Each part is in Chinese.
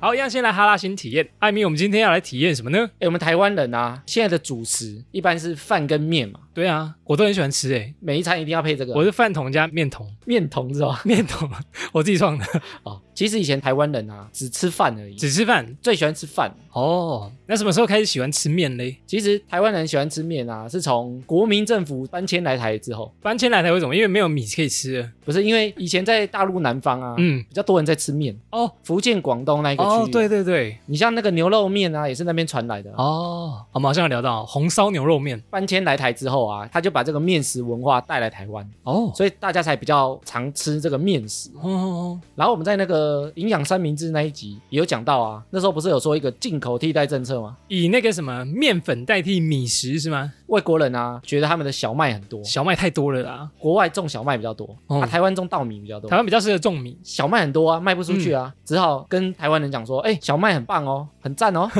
好，一样先来哈拉新体验。艾米，我们今天要来体验什么呢？哎，我们台湾人啊，现在的主食一般是饭跟面嘛，对啊，我都很喜欢吃诶、每一餐一定要配这个。我是饭桶加面桶， 面童是吧？面桶我自己创的， 哦，其实以前台湾人啊，只吃饭而已，只吃饭。最喜欢吃饭。哦，那什么时候开始喜欢吃面嘞？其实台湾人喜欢吃面啊，是从国民政府搬迁来台之后，搬迁来台为什么？因为没有米可以吃了。不是因为以前在大陆南方啊，嗯，比较多人在吃面，哦福建、广东那一个区域、哦，对，对对，你像那个牛肉面啊，也是那边传来的。哦，我们好像有聊到红烧牛肉面。搬迁来台之后啊，他就把这个面食文化带来台湾，哦，所以大家才比较常吃这个面食。哦哦，然后我们在那个营养三明治那一集也有讲到啊，那时候不是有说一个进口替代政策吗？以那个什么面粉代替米食是吗？外国人啊，觉得他们的小麦很多，小麦太多了啦，国外种小麦比较多，哦啊，台湾种稻米比较多台。湾比较嗯适合种米。小麦很多啊，卖不出去啊，只好跟台湾人讲说，哎、小麦很棒哦，很赞 哦，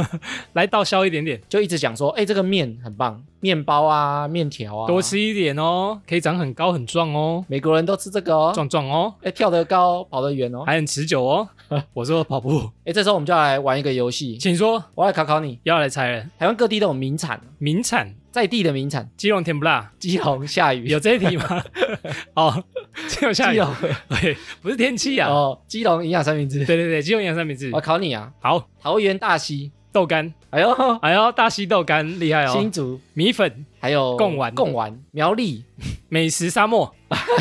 来倒销一点点，就一直讲说，哎、这个面很棒，面包啊，面条啊，多。吃一点哦，可以长很高很壮哦，美国人都吃这个哦，壮壮哦，哎、跳得高，跑得远哦。哎、还很持久 哦。我说跑步，这时候我们就要来玩一个游戏，请说，我来考考你，要来猜了。台湾各地都有名产，名产在地的名产，基隆甜不 辣，基隆下雨，有这一题 吗？哦，基隆下基雨，隆对，不是天气啊。哦，基隆营养三明治。对对对，基隆洋三明治我。考你啊，好，桃园大溪，豆干，哎呦，哎呦，大溪豆干厉害哦新。竹，米粉，还有贡丸贡丸、苗 栗，美食沙 漠，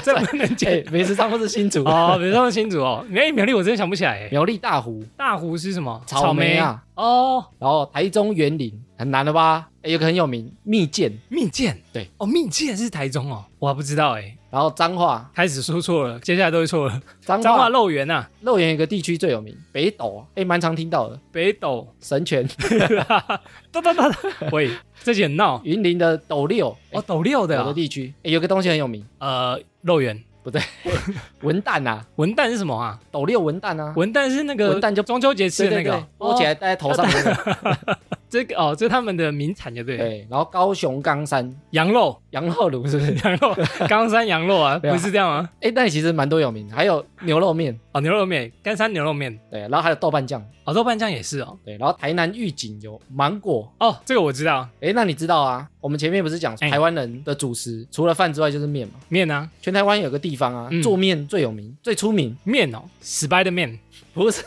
这不能哎接。，美食上不是新竹，哦，比如说新竹哦，哎，苗栗我真的想不起来哎。苗栗大湖，大湖是什么？草莓啊。哦，然后台中园林，很难了吧？哎有个很有名，蜜饯，蜜饯，对，哦，蜜饯是台中哦，我还不知道哎，然后彰化，开始说错了，接下来都会错了。彰彰化化肉圆呐、啊，肉圆有个地区最有名，北斗，哎，蛮常听到的，北斗，神泉， 啊哒哒哒哒，喂，这集很闹云林的斗六，哎哦，斗六的有啊的，地区，哎有个东西很有名，呃，肉圆，文旦啊，文旦是什么啊？斗六文旦啊，文旦是那个文旦就中秋节吃的那对对个对哦，，摸起来戴在头上的 那个，这个哦，这是他们的名产就对了，对，然后高雄冈山羊肉， 羊肉炉是不是？羊 肉，冈山羊肉啊，对啊不是这样吗？哎，那里其实蛮多有名的，还有牛肉面，哦，牛肉面，冈山牛肉面，对，然后还有豆瓣酱，哦，豆瓣酱也是哦，对，然后台南御景有芒果，哦，这个我知道，哎，那你知道啊？我们前面不是讲哎台湾人的主食除了饭之外就是面嘛？面啊，全台湾有个地方啊嗯，做面最有名、最出名，面哦，死白的面，不是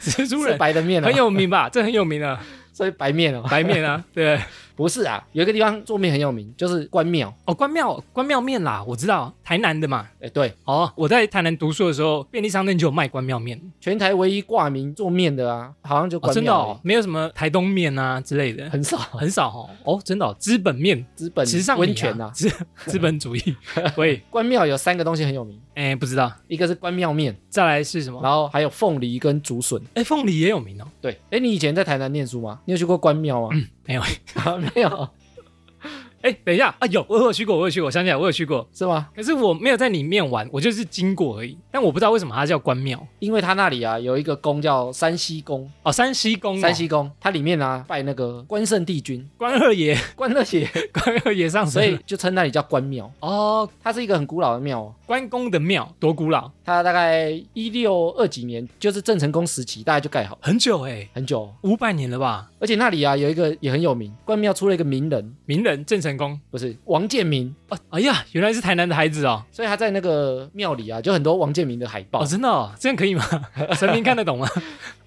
蜘蛛是人。白的面啊很，有名吧？这很有名的所以白面哦，白面啊，对，不是啊，有一个地方做面很有名，就是关庙，哦，关庙关庙面啦，我知道，台南的嘛。哎，对，哦，我在台南读书的时候，便利商店就有卖关庙面，全台唯一挂名做面的啊，好像就哦、关真的庙而已、哦，没有什么台东面啊之类的，很少，很少哦。哦，真的、哦，资本面、资本时尚礼啊温泉呐、啊，资资本主 义，喂，关庙有三个东西很有名，哎，不知道。一个是关庙面，再来是什么？然后还有凤梨跟竹笋。哎，凤梨也有名哦。嗯对，哎，你以前在台南念书吗？你有去过关庙吗？没有， 啊，没有，哎，等一下啊，有，我有去过，我有去过，我想起来我有去过，是吗？可是我没有在里面玩，我就是经过而已。但我不知道为什么它叫关庙因为他那里啊有一个宫叫山西宫，哦，山西宫、哦，山西宫，它里面啊拜那个关圣帝君 关二爷， 关二爷，关二爷上所身以了。就称那里叫关庙。哦，它是一个很古老的庙、哦，关公的庙多古老，它大概一六二几年，就是郑成功时期，大概就盖好了很久哎、很久哦、五百年了吧？而且那里啊有一个也很有名，关庙出了一个名人，名人郑成功不是王建民，哦，哎呀，原来是台南的孩子哦，所以他在那个庙里啊就很多王建民的海报。哦，真的哦，这样可以 吗？神明看得懂吗？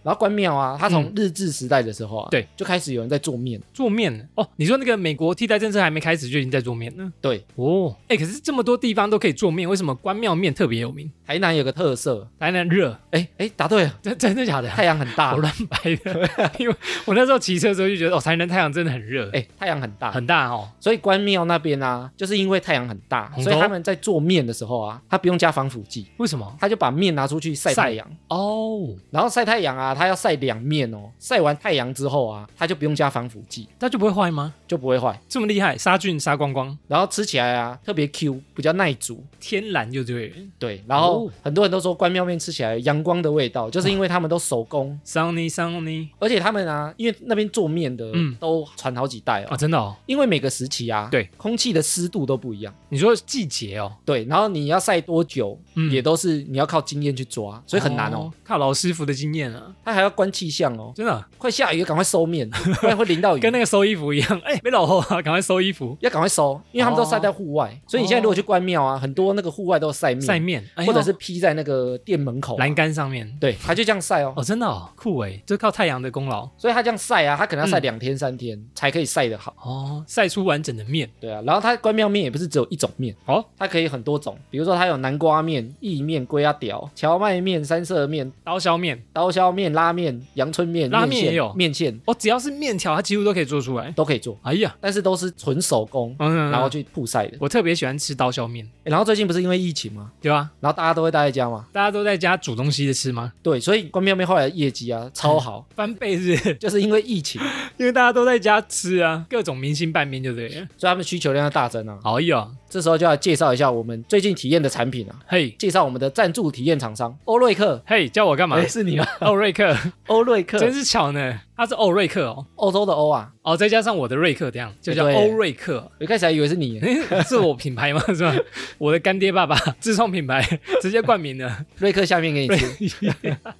然后关庙啊，它从嗯日治时代的时候啊，对，就开始有人在做面。做面哦，你说那个美国替代政策还没开始就已经在做面了对，哦，哎，可是这么多地方都可以做面，为什么关庙面特别有名？台南有个特色，台南热，哎哎，答对 了，真真的假的？太阳很大我，乱掰的， 因为我那时候骑车的时候就觉得，哦，台南太阳真的很热，哎，太阳很大，很大哦，所以关庙那边啊，就是因为太阳很大，红头所以他们在做面的时候啊，他不用加防腐剂，为什么？他就把面拿出去晒晒太阳，哦，然后晒太阳啊，他要晒两面哦，晒完太阳之后啊，他就不用加防腐剂，那就不会坏吗？就不会坏，这么厉害，杀菌杀光光，然后吃起来啊特别 Q，比较耐煮。天然就对了。对，然后哦很多人都说关庙面吃起来有阳光的味道，就是因为他们都手工，桑尼桑尼而且他们啊，因为那边做面的嗯都传好几代哦，哦，真的哦，因为每个时期啊，对，空气的湿度都不一样。你说季节哦，对，然后你要晒多久，嗯也都是你要靠经验去抓，所以很难哦。靠老师傅的经验啊。他还要关气象哦，真的啊、快下雨了赶快 收面，不然会淋到雨。跟那个收衣服一样，哎、没老后啊，赶快收衣服，要赶快收，因为他们都晒在户外，所以你现在如果去关庙啊，很多那个户外都是晒面，哦晒面，哎呦或者是披在那个店门口、啊栏杆上面。对，他就这样晒哦。哦，真的哦，酷哎，这靠太阳的功劳所以他这样晒啊，他可嗯能要晒两天三天、才可以晒得好，哦，晒出完整的面对啊。然后他关庙面也不是只有一种面哦，它可以很多种，比如说它有南瓜面、意面、龟啊屌、荞麦面、三色面、刀削面，刀削面、拉面、阳春面、拉面线也有面线哦，只要是面条，它几乎都可以做出来。都可以做，哎呀，但是都是纯手工，嗯，然后去曝晒的、我特别喜欢吃刀削面，诶然后最近不是因为疫情吗？对吧？然后大家都会待在家嘛，大家都在家煮东西的吃吗？对，所以关庙面后来的业绩啊超好，翻倍是不是就是因为疫情，因为大家都在家吃啊，各种明星拌面就对了。所以他们需求量大增啊。哎呀，这时候就要介绍一下我们最近体验的产品啊，嘿，介绍我们的赞助体验厂商欧瑞克。嘿，叫我干嘛诶？是 你吗？奥瑞克，欧瑞克，真是巧呢，他是奥瑞克哦，欧洲的欧啊，哦，再加上我的瑞克，这样就叫对欧瑞克，我一开始还以为是 你耶。是我品牌吗？ 是吧？我的干爹爸爸 自创品牌，直接冠名的。 瑞克下面给你吃。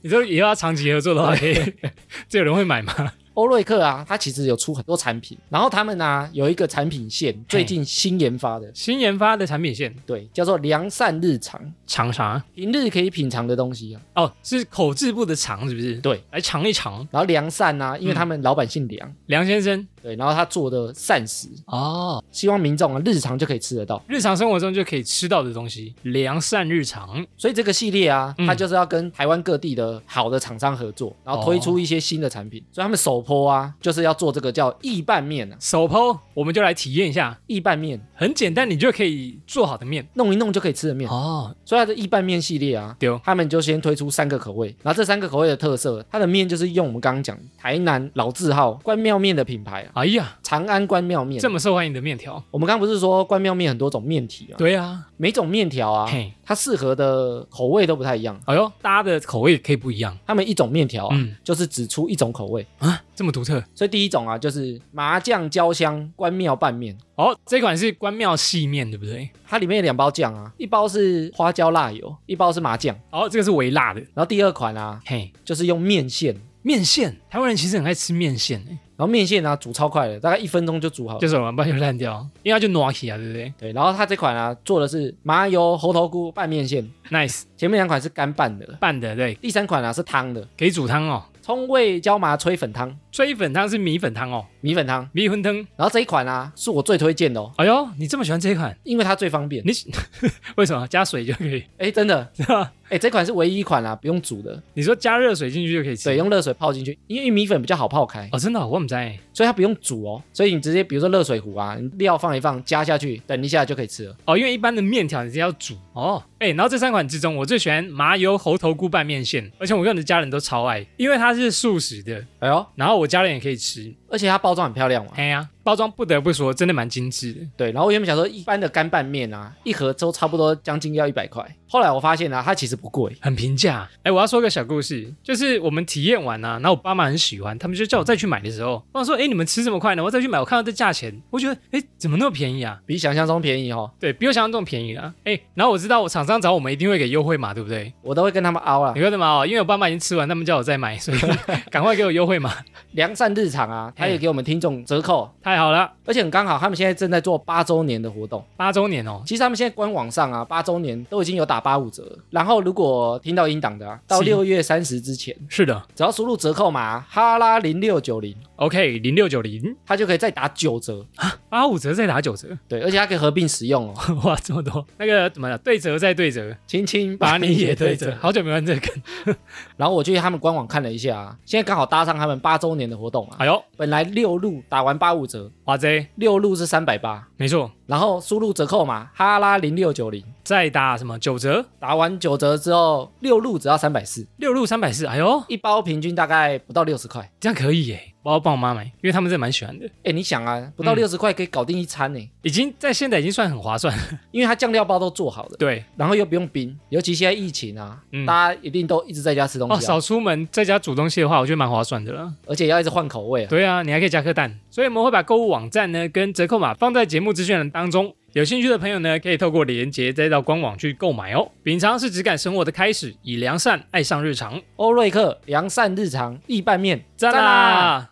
你说以后要长期合作的话，可以， 这有人会买吗？欧瑞克啊，它其实有出很多产品，然后他们呢、啊有一个产品线，最近新研发的， 新研发的产品线，对，叫做良善日常，尝啥？平日可以品尝的东西啊。哦，是口字部的尝，是不是？对，来尝一尝，然后良善啊，因为他们老板姓梁，梁先生。对，然后他做的膳食，哦，希望民众啊日常就可以吃得到。日常生活中就可以吃到的东西，良善日常。所以这个系列啊，嗯它就是要跟台湾各地的好的厂商合作，然后推出一些新的产品。所以他们首播啊，就是要做这个叫意拌面啊，手剖，我们就来体验一下，意拌面很简单，你就可以做好的面。弄一弄就可以吃的面。哦，所以它的意拌面系列啊，丢他们就先推出三个口味，然后这三个口味的特色，它的面就是用我们刚刚讲台南老字号关庙面的品牌啊，哎呀，长安关庙面这。么受欢迎的面条。我们刚刚不是说关庙面很多种面体啊，对啊，每种面条啊，嘿，它适合的口味都不太一样。哎呦，大家的口味可以不一样，他们一种面条啊，嗯啊就是只出一种口味，这么独特。所以第一种啊就是麻酱焦香关庙拌面，哦，这款是关庙细面，对不对？它里面有两包酱啊，一包是花椒辣油，一包是麻酱。哦，这个是微辣的。然后第二款啊嘿，就是用面线，面线，台湾人其实很爱吃面线，欸然后面线啊煮超快的，大概一分钟就煮好了。就是碗不然就烂掉，因为它就糯起啊，对不对对，然后它这款啊做的是麻油猴头菇拌面线， ？Nice，前面两款是干拌的，拌的对，第三款啊是汤的，可以煮汤哦。葱味椒麻炊粉汤、吹粉汤是米粉汤哦，米粉汤。米粉汤。然后这一款啊是我最推荐的哦，哎呦，你这么喜欢这一款？因为它最方便。你为什么加水就可以？哎，真的， 是吧？哎，这款是唯一一款啊不用煮的，你说加热水进去就可以吃？对，用热水泡进去，因为米粉比较好泡开，哦，真的哦、我们在所以它不用煮哦。所以你直接比如说热水壶啊，你料放一放，加下去，等一下就可以吃了。哦，因为一般的面条你是要煮哦，哎，然后这三款之中，我最喜欢麻油猴头菇拌面线，而且我跟我的家人都超爱，因为它是素食的，哎呦，然后我家人也可以吃。而且它包装很漂亮嘛。哎呀，包装不得不说真的蛮精致的，对，然后我原本想说一般的干拌面啊，一盒都差不多将近要一百块，后来我发现啊，它其实不贵。很平价。哎，我要说个小故事，就是我们体验完啊，然后我爸妈很喜欢，他们就叫我再去买的时候，我想说，哎，你们吃这么快呢？我再去买，我看到这价钱，我觉得，哎，怎么那么便宜啊？比想象中便宜哦，对比我想象中便宜啦。哎，然后我知道我厂商找我们一定会给优惠码，对不对？我都会跟他们凹啊你。说什么哦？因为我爸妈已经吃完，他们叫我再买， 所以赶快给我优惠码。良善日常啊，他嘿也给我们听众折扣，太好了，而且很刚好，他们现在正在做八周年的活动。八周年哦，其实他们现在官网上啊，八周年都已经有打八五折了。然后如果听到音档的啊，到是六月三十之前，是的只要输入折扣码哈拉零六九零， ，OK，零六九零它就可以再打九折。八五折再打九折， 对，而且它可以合并使用哦。 哇，这么多，那个怎么了？对折再对折，亲亲，把你也对折，。好久没玩这个梗，然后我去他们官网看了一下啊，现在刚好搭上他们八周年的活动啊。哎呦，本来六路打完八五折，哇塞，六路是三百八，没错，然后输入折扣码哈拉零六九零。再打什么九折，打完九折之后，六路只要三百四，六路三百四，哎呦，一包平均大概不到六十块。这样可以耶，我要帮我妈买，因为他们真的蛮喜欢的，哎，你想啊，不嗯到六十块可以搞定一餐呢、已经在现在已经算很划算了，因为它酱料包都做好了，对，然后又不用冰，尤其现在疫情啊，嗯大家一定都一直在家吃东哦，西、啊，少出门在家煮东西的话，我觉得蛮划算的了。而且要一直换口味啊。对啊，你还可以加颗蛋。所以我们会把购物网站呢跟折扣码放在节目资讯栏当中。有兴趣的朋友呢，可以透过连接再到官网去购买哦。品尝是质感生活的开始，以良善爱上日常，欧瑞克良善日常意拌面，啊赞！啊啦！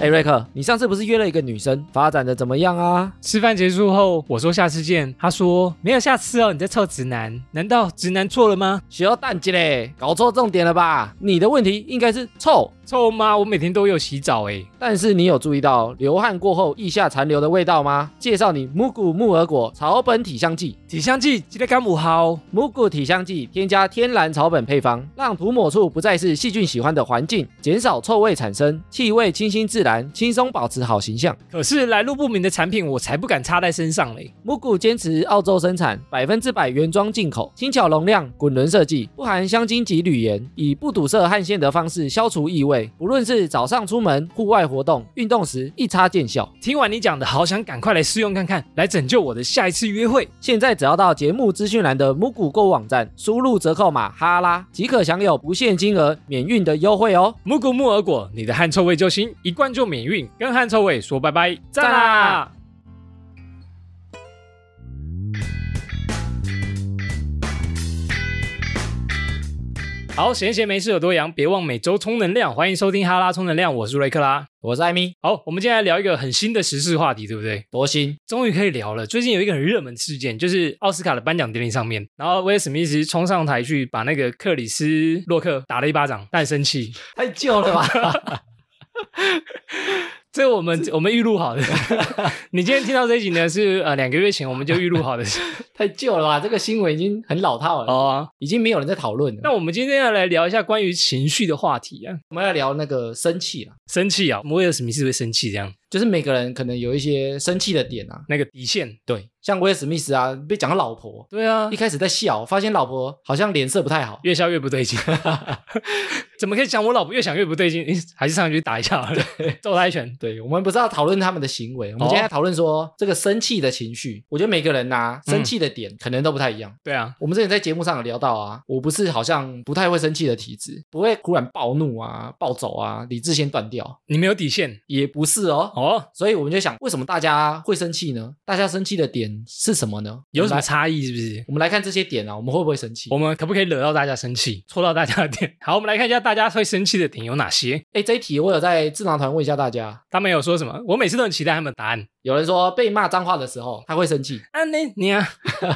哎、瑞克，你上次不是约了一个女生，发展的怎么样啊？吃饭结束后，我说下次见，他说没有下次哦，你在臭直男，难道直男错了吗？小蛋鸡嘞，搞错重点了吧？你的问题应该是臭，臭吗？我每天都有洗澡欸诶、但是你有注意到流汗过后腋下残留的味道吗？介绍你木骨木耳果草本体香剂。体香剂记得干五号。木骨体香剂添加天然草本配方，让涂抹处不再是细菌喜欢的环境，减少臭味产生，气味清新自然，轻松保持好形象。可是来路不明的产品，我才不敢插在身上嘞。木骨坚持澳洲生产，百分之百原装进口，轻巧容量，滚轮设计，不含香精及铝盐，以不堵塞汗腺的方式消除异味。不论是早上出门、户外活动、运动时，一擦见效。听完你讲的，好想赶快来试用看看，来拯救我的下一次约会。现在只要到节目资讯栏的木谷购物网站，输入折扣码哈拉，即可享有不限金额免运的优惠哦。木谷木耳果，你的汗臭味救星，一罐就免运，跟汗臭味说拜拜，赞啦！好，闲闲没事有多养，别忘每周充能量。欢迎收听哈拉充能量，我是瑞克拉。我是艾米，好，我们今天来聊一个很新的时事话题，对不对？多心终于可以聊了。最近有一个很热门事件，就是奥斯卡的颁奖典礼上面，然后威尔史密斯冲上台去把那个克里斯洛克打了一巴掌，但生气。太旧了吧？ 这我们我们预录好 的。你今天听到这一集呢，是呃两个月前我们就预录好的 太旧了吧？这个新闻已经很老套了，哦啊。已经没有人在讨论了。那我们今天要来聊一下关于情绪的话题啊，我们要聊那个生气啊，生气啊，威尔史密斯会生气这样，就是每个人可能有一些生气的点啊。那个底线。对，像威尔史密斯啊，被讲到老婆，对啊一，开始在笑，发现老婆好像脸色不太好，越笑越不对 劲，怎么可以讲我老婆越想越不对劲？诶还是上去打一下好了，揍他一拳。对，我们不是要讨论他们的行为，我们今天要讨论说这个生气的情绪。我觉得每个人呐、生气的点可能都不太一样。对啊，我们之前在节目上有聊到啊，我不是好像不太会生气的体质，不会突然暴怒啊、暴走啊，理智先断掉，你没有底线也不是哦。哦，所以我们就想，为什么大家会生气呢？大家生气的点是什么呢？有什么我们来？差异是不是？我们来看这些点啊，我们会不会生气我？们可不可以惹到大家生气，戳到大家的点？ 好，我们来看一下大家会生气的点有哪些。哎，这一题我有在智囊团问一下大家，他们有说什么？我每次都很期待他们的答案。有人说被骂脏话的时候他会生气，啊，你你 啊，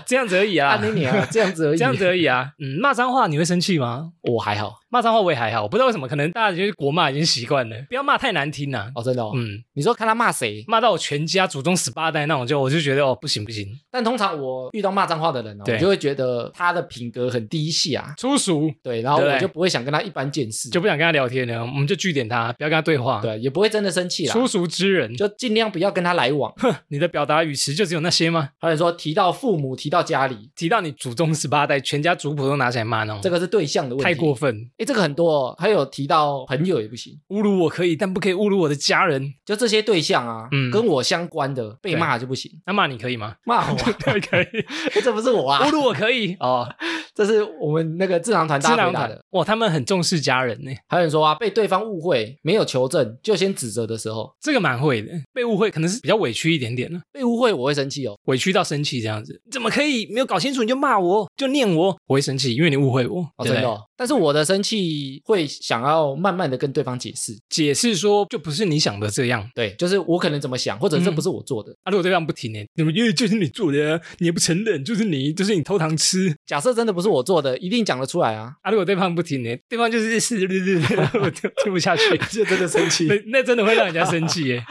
这样子而已啊，啊你你啊，这样子而 已，这样子而已啊。嗯，骂脏话你会生气吗？我还好骂脏话我也还好，我不知道为什么，可能大家就是国骂已经习惯了，不要骂太难听了、哦，真的哦。嗯，你说看他骂谁？骂到我全家祖宗十八代那种，就我就觉得哦，不行不行，但通常我遇到骂脏话的人哦，对我就会觉得他的品格很低下，粗俗对，然后对我就不会想跟他一般见识，就不想跟他聊天了，我们就据点他，不要跟他对话。，对，也不会真的生气啦，粗俗之人，就尽量不要跟他来往。你的表达语词就只有那些吗？还有说提到父母，提到家里，提到你祖宗十八代，全家族谱都拿起来骂那这种，个是对象的问题，太过分，哎，这个很多、哦，还有提到朋友也不行，侮辱我可以，但不可以侮辱我的家人。就这些对象啊，嗯跟我相关的被骂就不行，那骂你可以 吗？骂我、啊，可以，这不是我 啊侮，辱我可以 哦。这是我们那个智囊团智大家囊回答团的。哇，他们很重视家人呢，还有人说啊，被对方误会，没有求证就先指责的时候，这个蛮会的。被误会可能是比较委屈一点点呢，被误会我会生气哦，委屈到生气这样子，怎么可以没有搞清楚你就骂我，就念我？我会生气，因为你误会我。对不哦，真对的、哦。但是我的生气会想要慢慢的跟对方解释，解释说就不是你想的这样对，就是我可能怎么想，或者这不是我做的。啊。如果对方不听呢，怎么因为就是你做的、啊，你也不承认，就是你，就是你偷糖吃。假设真的不是我做的，一定讲得出来啊，啊，如果对方不听呢，对方就是 是，我听听不下去。就真的生 气那那真的会让人家生气耶！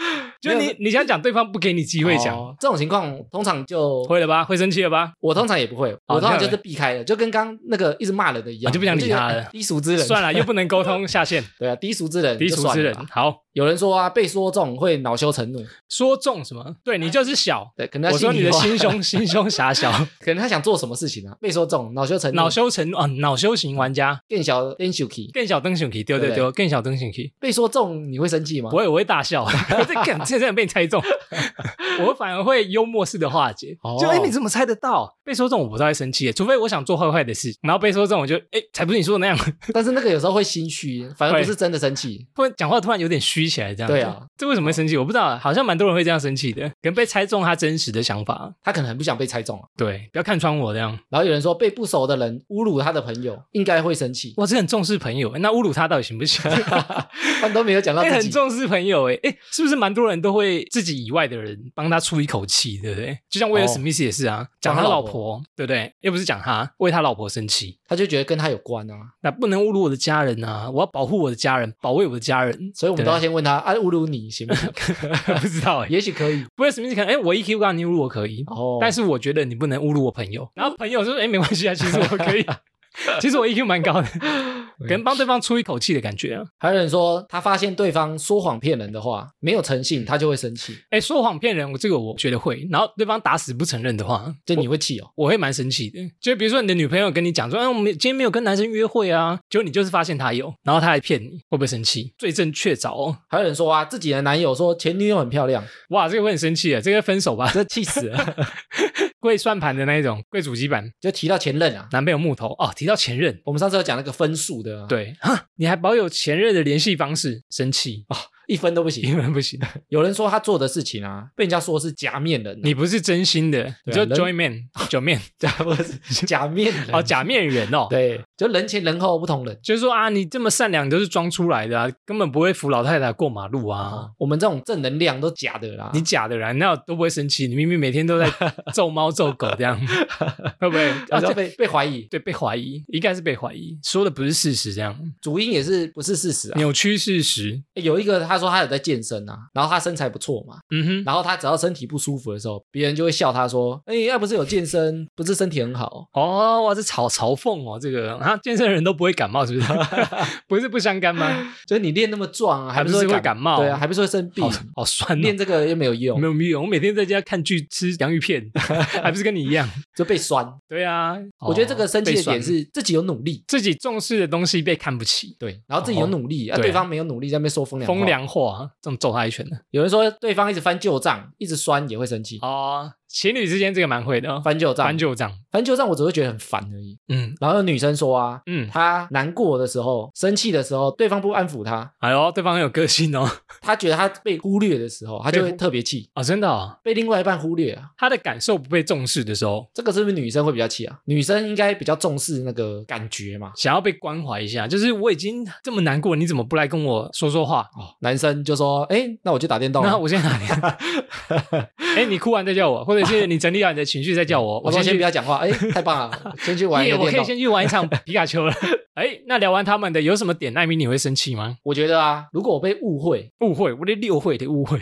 就没你有你想讲，对方不给你机会讲，哦这种情况，通常就会了吧？会生气了吧？我通常也不会，哦我通常这就样是避开了，就跟刚那个一直骂人的一样，啊就不想理他了我觉得哎低俗之人，算了，又不能沟通，下线，对啊，低俗之人，低俗之人。。好，有人说啊，被说中会恼羞成怒，说中什么？对你就是小。对，可能我他说你的里话心，胸心胸狭小， 可能他想做什么事情啊，被说中，恼羞成怒，恼羞成啊，恼羞型玩家，更小更羞气，更小灯熊皮，对对对对，更小灯熊皮，被说中你会生气 吗？不会，我会大笑，这干现在有被你猜 中，我反而会幽默式的化解。哦就哎、你怎么猜得到？被说中我不太会生气耶，除非我想做坏坏的事，然后被说中我就哎、才不是你说的那样，但是那个有时候会心虚，反正不是真的生气。突然讲话突然有点虚起来这样。对啊，这为什么会生气？我不知道，好像蛮多人会这样生气的，可能被猜中他真实的想法。他可能很不想被猜中啊。对，不要看穿我这样。然后有人说被不熟的人侮辱他的朋友，应该会生气。哇，这很重视朋友，那侮辱他到底行不行？ 他们都没有讲到哎、自很己。重视朋友哎、欸、哎、是不是蛮多人都会自己以外的人帮他出一口气，对不对？就像威尔哦史密斯也是啊，讲、帮他他老老婆，婆对不对？又不是讲他为他老婆生气，他就觉得跟他有关啊，那不能侮辱我的家人啊！我要保护我的家人，保卫我的家人。 所以我们都要先问他啊，侮辱你行不行？不知 道哎、欸，也许可以威尔史密斯可能哎、欸我 EQ 高，你侮辱我可以，哦，但是我觉得你不能侮辱我朋友。然后朋友说哎、欸没关系啊，其实我可以， 其实我 EQ 蛮 高的，可能帮对方出一口气的感觉啊。还有人说他发现对方说谎骗人的话没有诚信，他就会生气，哎、说谎骗人，我这个我觉得会。然后对方打死不承认的话，就你会气哦。我会蛮生气的。就比如说你的女朋友跟你讲说，哎，我们今天没有跟男生约会啊，结果你就是发现他有，然后他还骗你，会不会生气？罪证确凿哦。还有人说啊，自己的男友说前女友很漂亮，哇，这个会很生气啊，这个分手吧。 这气死了。跪算盘的那一种，跪主机板，就提到前任啊，男朋友木头哦。提到前任，我们上次有讲那个分数的、啊，，对哈，你还保有前任的联系方式，生气， 一分都不行。因为不行，有人说他做的事情啊，被人家说是假面人、啊，你不是真心的，你就对啊 join 人 man 九面假不是假面人哦，假面人哦。对，就人前人后不同人。就是说啊，你这么善良，你都是装出来的啊，根本不会扶老太太过马路啊。啊，我们这种正能量都假的啦。啊你假的啦，那都不会生气。你明明每天都 在揍猫揍狗这样，会不会？啊，然后对被被怀疑，对，被怀疑，应该是被怀疑，说的不是事实，这样主因也是不是事实啊？扭曲事实。诶有一个他说他有在健身啊，然后他身材不错嘛，嗯哼，然后他只要身体不舒服的时候，别人就会笑他说：“哎，要不是有健身，不是身体很好。哦，哇，这嘲嘲讽哦，这个啊，健身的人都不会感冒，是 不是？不是不相干吗？”就是你练那么壮啊，还还不是是会会感冒对啊，还不是会生病好。好酸哦练。这个又没有用没，有没有，我每天在家看剧吃洋芋 片，还不是跟你一样？就被酸。对啊， 我觉得这个生气被的酸点是自己有努力，自己重视的东西被看不起，对，然后自己有努力，啊，对啊对方没有努力，在那边说风凉话风。凉话，啊这种揍他一拳的。有人说对方一直翻旧账，一直酸也会生气。哦，情侣之间这个蛮会的哦，翻旧账，翻旧账。翻旧账，我只会觉得很烦而已。嗯然后有女生说啊，嗯，她难过的时候、生气的时候，对方不安抚她，哎呦，对方很有个性哦。 她觉得她被忽略的时候，她就会被忽特别气，哦，真的哦，被另外一半忽略啊。他的感受不被重视的时候，这个是不是女生会比较气啊？女生应该比较重视那个感觉嘛。想要被关怀一下，就是我已经这么难过，你怎么不来跟我说说话？哦，男生就说，哎，那我就打电动啊。那我先打电 话，哎，你哭完再叫我，或者是你整理好你的情绪再叫我。我先说先去不要讲话，哎， 太棒了，先去玩一耶，个我电可以动。先去玩一场皮卡丘了。 哎，那聊完他们的，有什么点，艾米你会生气吗？我觉得啊，如果我被误会，误会，我的六会的误 会，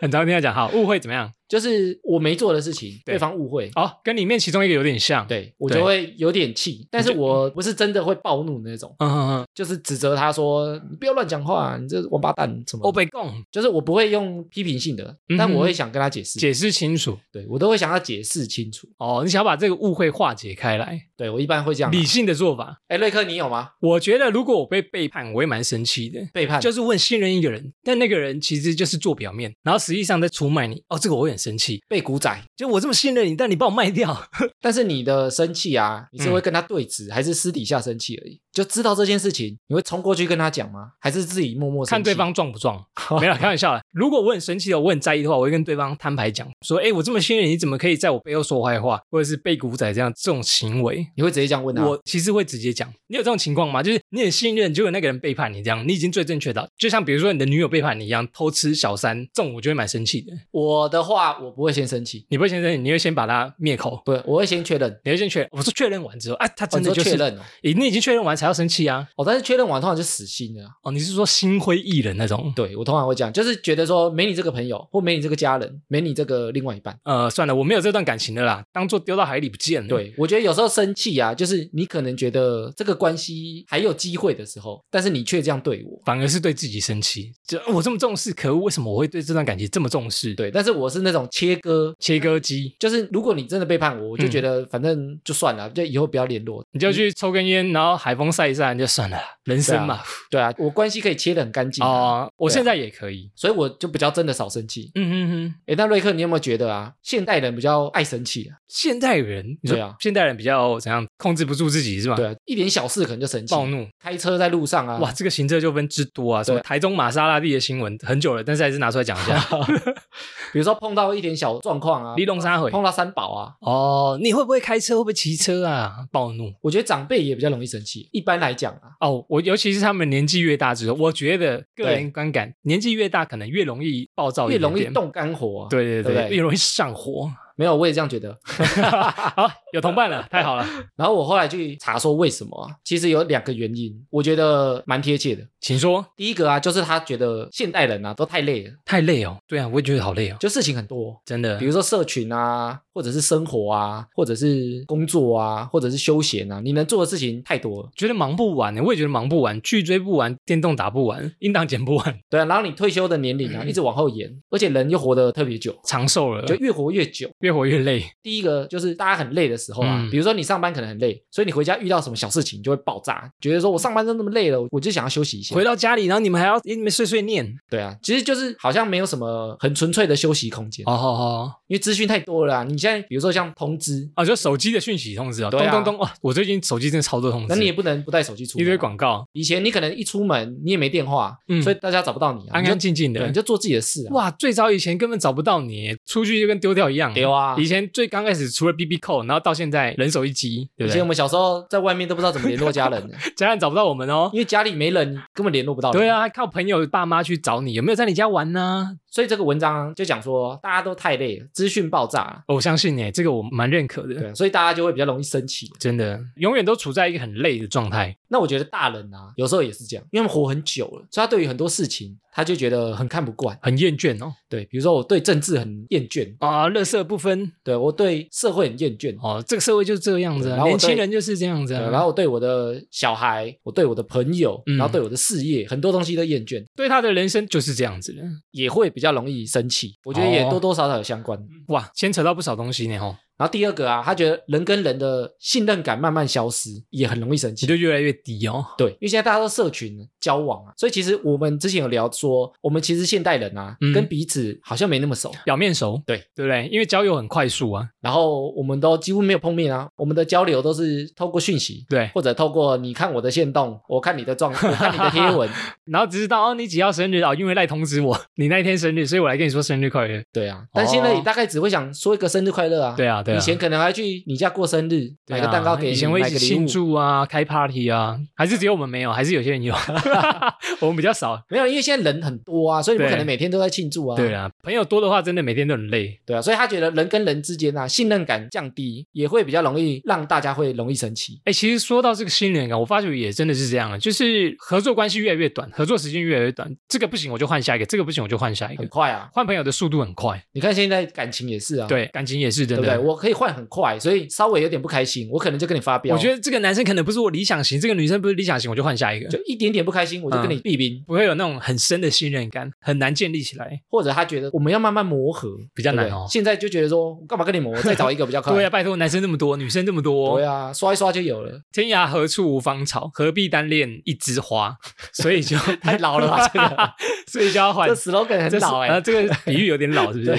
很常听他讲，好，误会怎么样？就是我没做的事情，对对方误会，哦，跟里面其中一个有点像，，对我对就会有点气，但是你就我不是真的会暴怒那种，嗯嗯嗯，就是指责他说你不要乱讲话，你这王八蛋什么的。我被供就是我不会用批评性的哦嗯哼，但我会想跟他解释，解释清楚。对我都会想要解释清楚。哦，你想要把这个误会化解开来，对我一般会这样啊。理性的做法。哎，瑞克，你有吗？我觉得如果我被背叛，我也蛮生气的。背叛就是问信任一个人，但那个人其实就是做表面，然后实际上在出卖你。哦，这个我会很生气。被古仔，就我这么信任你，但你把我卖掉，但是你的生气啊，你嗯是会跟他对峙，还是私底下生气而已？就知道这件事情，你会冲过去跟他讲吗？还是自己默默生气看对？方撞不撞。 没有啦，开玩笑啦。如果我很生气的，我很在意的话，我会跟对方摊牌讲说：“哎，我这么信任你，你怎么可以在我背后说坏话，或者是被古仔这样这种行为？”你会直接这样问他？我其实会直接讲，你有这种情况吗？就是你很信任，结果那个人背叛你，这样你已经最正确的，就像比如说你的女友背叛你一样，偷吃小三，这种我就会蛮生气的。我的话，我不会先生气，你不会先生气，你会先把他灭口，不，我会先确认。你会先确认。我说确认完之后，啊，他哦真你的说就是确，认哦，你你已经确认完才要生气啊？哦，但是确认完通常就死心了啊。哦，你是说心灰意冷那种？对我通常会这样，就是觉得说没你这个朋友，或没你这个家人，没你这个另外一半。呃，算了，我没有这段感情的啦，当做丢到海里不见了。对，我觉得有时候生气啊，就是你可能觉得这个关系还有机会的时候，但是你却这样对我。反而是对自己生气，就呃我这么重视，可恶，为什么我会对这段感情这么重视？，对，但是我是那种切割，切割机，就是如果你真的背叛我，我就嗯觉得反正就算了，就以后不要联络。你就去抽根烟，然后海风晒一晒，你就算了，人生嘛。对啊，我关系可以切得很干净啊，哦，我现在也可以。所以我就比较真的少生气。嗯嗯嗯，诶，那瑞克，你有没有觉得啊，现代人比较爱生气啊？现代人，你说对啊现代人比较怎样控制不住自己是吧？对，啊，一点小事可能就生气，暴怒。开车在路上啊，哇，这个行车纠纷之多啊！什么对台中玛莎拉蒂的新闻很久了，但是还是拿出来讲一 下。 比如说碰到一点小状况啊，李龙沙回碰到三宝啊，哦，你会不会开车？会不会骑车啊？暴怒我觉得长辈也比较容易生气。一般来讲啊，哦！我尤其是他们年纪越大之后，我觉得个人观感，年纪越大可能越容易暴哦躁一越点点，容易动肝火、啊。，对对对不对越容易上火。没有，我也这样觉得。好，有同伴了，太好了。 然后我后来去查说为什么啊，其实有两个原因，我觉得蛮贴切的。请说。第一个啊，就是他觉得现代人啊都太累了，太累哦，对啊，我也觉得好累哦，就事情很多，真的比。如说社群啊，或者是生活啊，或者是工作啊，或者是休闲啊，你能做的事情太多了。觉得忙不完呢，欸我也觉得忙不完，剧追不完，电动打不完，音档剪不完， 对啊，然后你退休的年龄啊，一直往后延，而且人又活得特别久，长寿了，就就越活越久。越活越累。第一个就是大家很累的时候啊，嗯比如说你上班可能很累，所以你回家遇到什么小事情就会爆炸，觉得说我上班都那么累了，我就想要休息一下回。到家里，然后你们还要你们碎碎念，对啊，其实就是好像没有什么很纯粹的休息空间，哦哦哦，因为资讯太多了、啊。你现在比如说像通知，啊，就手机的讯息通知哦，对啊咚咚咚，哇，我最近手机真的超多通知，那你也不能不带手机出一门啊、堆广告，以前你可能一出门你也没电话，嗯所以大家找不到你啊，安你就安静静对，的你。就做自己的事啊。哇，最早以前根本找不到你，出去就跟丢掉一样。丢啊！以前最刚开始除了 B B 扣，然后到现在人手一机，对不以前对我？们小时候在外面都不知道怎么联络家人的， 家人找不到我们哦。因为家里没人，根本联络不到。对，啊，还靠朋友爸妈去找你，有没有在你家玩呢？所以这个文章就讲说，大家都太累了，资讯爆炸啊，哦我相信哎，这个我蛮认可的，对，啊所以大家就会比较容易生气。真的，永远都处在一个很累的状态。那我觉得大人啊，有时候也是这样，因为他们活很久了，所以他对于很多事情他就觉得很看不惯。很厌倦哦，对，比如说我对政治很厌倦，啊，乐色不分对我对社会很厌倦，哦，这个社会就是这样子、对啊，然后我年对轻人就是这样子、对啊，然后我对我的小孩，我对我的朋友，嗯然后对我的事业，很多东西都厌倦，对他的人生就是这样子啊的。也会比较容易生气。我觉得也哦多多少少有相关。哇，牵扯到不少东西呢哦，然后第二个啊，他觉得人跟人的信任感慢慢消失，也很容易生其气。实越来越低哦。对，因为现在大家都社群交往啊，所以其实我们之前有聊说，我们其实现代人啊，嗯跟彼此好像没那么熟，表面熟，对对不对？因为交友很快速啊，然后我们都几乎没有碰面啊，我们的交流都是透过讯息，对。或者透过你看我的线动，我看你的状，我看你的贴文，然后只知道哦，你几号生日哦，因为赖通知我 你那一天生日，所以我来跟你说生日快乐。对啊。但现在你大概只会想说一个生日快乐啊，哦对啊，对啊。以前可能还去你家过生日，对买啊个蛋糕给你，以前会一买起个礼庆物。祝啊，开 party 啊，还是只有我们没有，还是有些人 有，我们比较少。没有，因为现在人很多啊，所以你不对可能每天都在庆祝啊。对啊，朋友多的话，真的每天都很累。对啊，所以他觉得人跟人之间啊，信任感降低，也会比较容易让大家会容易生气。哎，其实说到这个信任感，我发觉也真的是这样了，就是合作关系越来越短，合作时间越来越短，这个不行我就换下一个，这个不行我就换下一很个，快啊，换朋友的速度很快。你看现在感情也是啊，对，感情也是对真不的。对？我可以换很快，所以稍微有点不开心，我可能就跟你发飙。我觉得这个男生可能不是我理想型，这个女生不是理想型，我就换下一个，就一点点不开心，我嗯就跟你避冰，不会有那种很深的信任感，很难建立起来。或者他觉得我们要慢慢磨合，比较难对不对哦现在就觉得说，干嘛跟你磨？再找一个比较快。 对啊，拜托，男生这么多，女生这么多，对啊，刷一刷就有了。天涯何处无芳草，何必单恋一枝花？ 所 以就 啊太老了吧这 个，所以就要换这。slogan 很是老哎、啊呃这个比喻有点老，是不 是？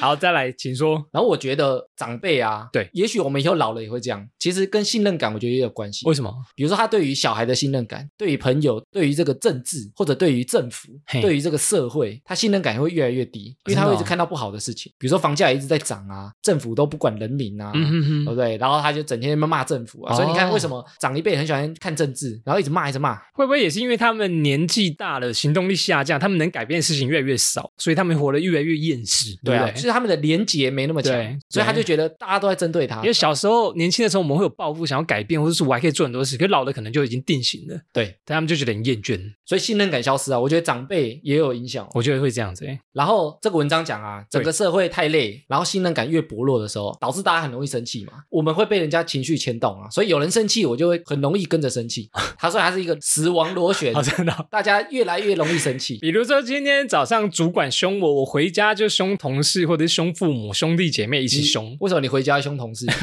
好，再来，请说。然后我觉得长辈啊，对也许我们以后老了也会这样。其实跟信任感我觉得也有关系为。什么？比如说他对于小孩的信任感，对于朋友，对于这个政治或者对于政府嘿，对于这个社会，他信任感也会越来越低，真因为的他会哦一直看到不好的事情，比如说房价也一直在涨啊，政府都不管人民啊。嗯对哼不哼，对？然后他就整天骂政府啊，哦所以你看为什么长一辈很喜欢看政治，然后一直骂一直骂，会不会也是因为他们年纪大了，行动力下降，他们能改变的事情越来越少，所以他们活得越来越厌世，对啊对不啊，就是他们的连结没那么强对，所以他就觉觉得大家都在针对他因为。小时候、年轻的时候，我们会有抱负，想要改变，或者是我还可以做很多事。可是老了可能就已经定型了，对，但他们就觉得很厌倦。所以信任感消失啊，我觉得长辈也有影响。哦我觉得会这样子、欸。然后这个文章讲啊，整个社会太累，然后信任感越薄弱的时候，导致大家很容易生气嘛。我们会被人家情绪牵动啊，所以有人生气，我就会很容易跟着 生气。他说他是一个死亡螺 旋好，，真的哦、大家越来越容易生气。比如说今天早上主管凶我，我回家就凶同事，或者是凶父母、兄弟姐妹一起凶。为什么你回家凶 同事？哦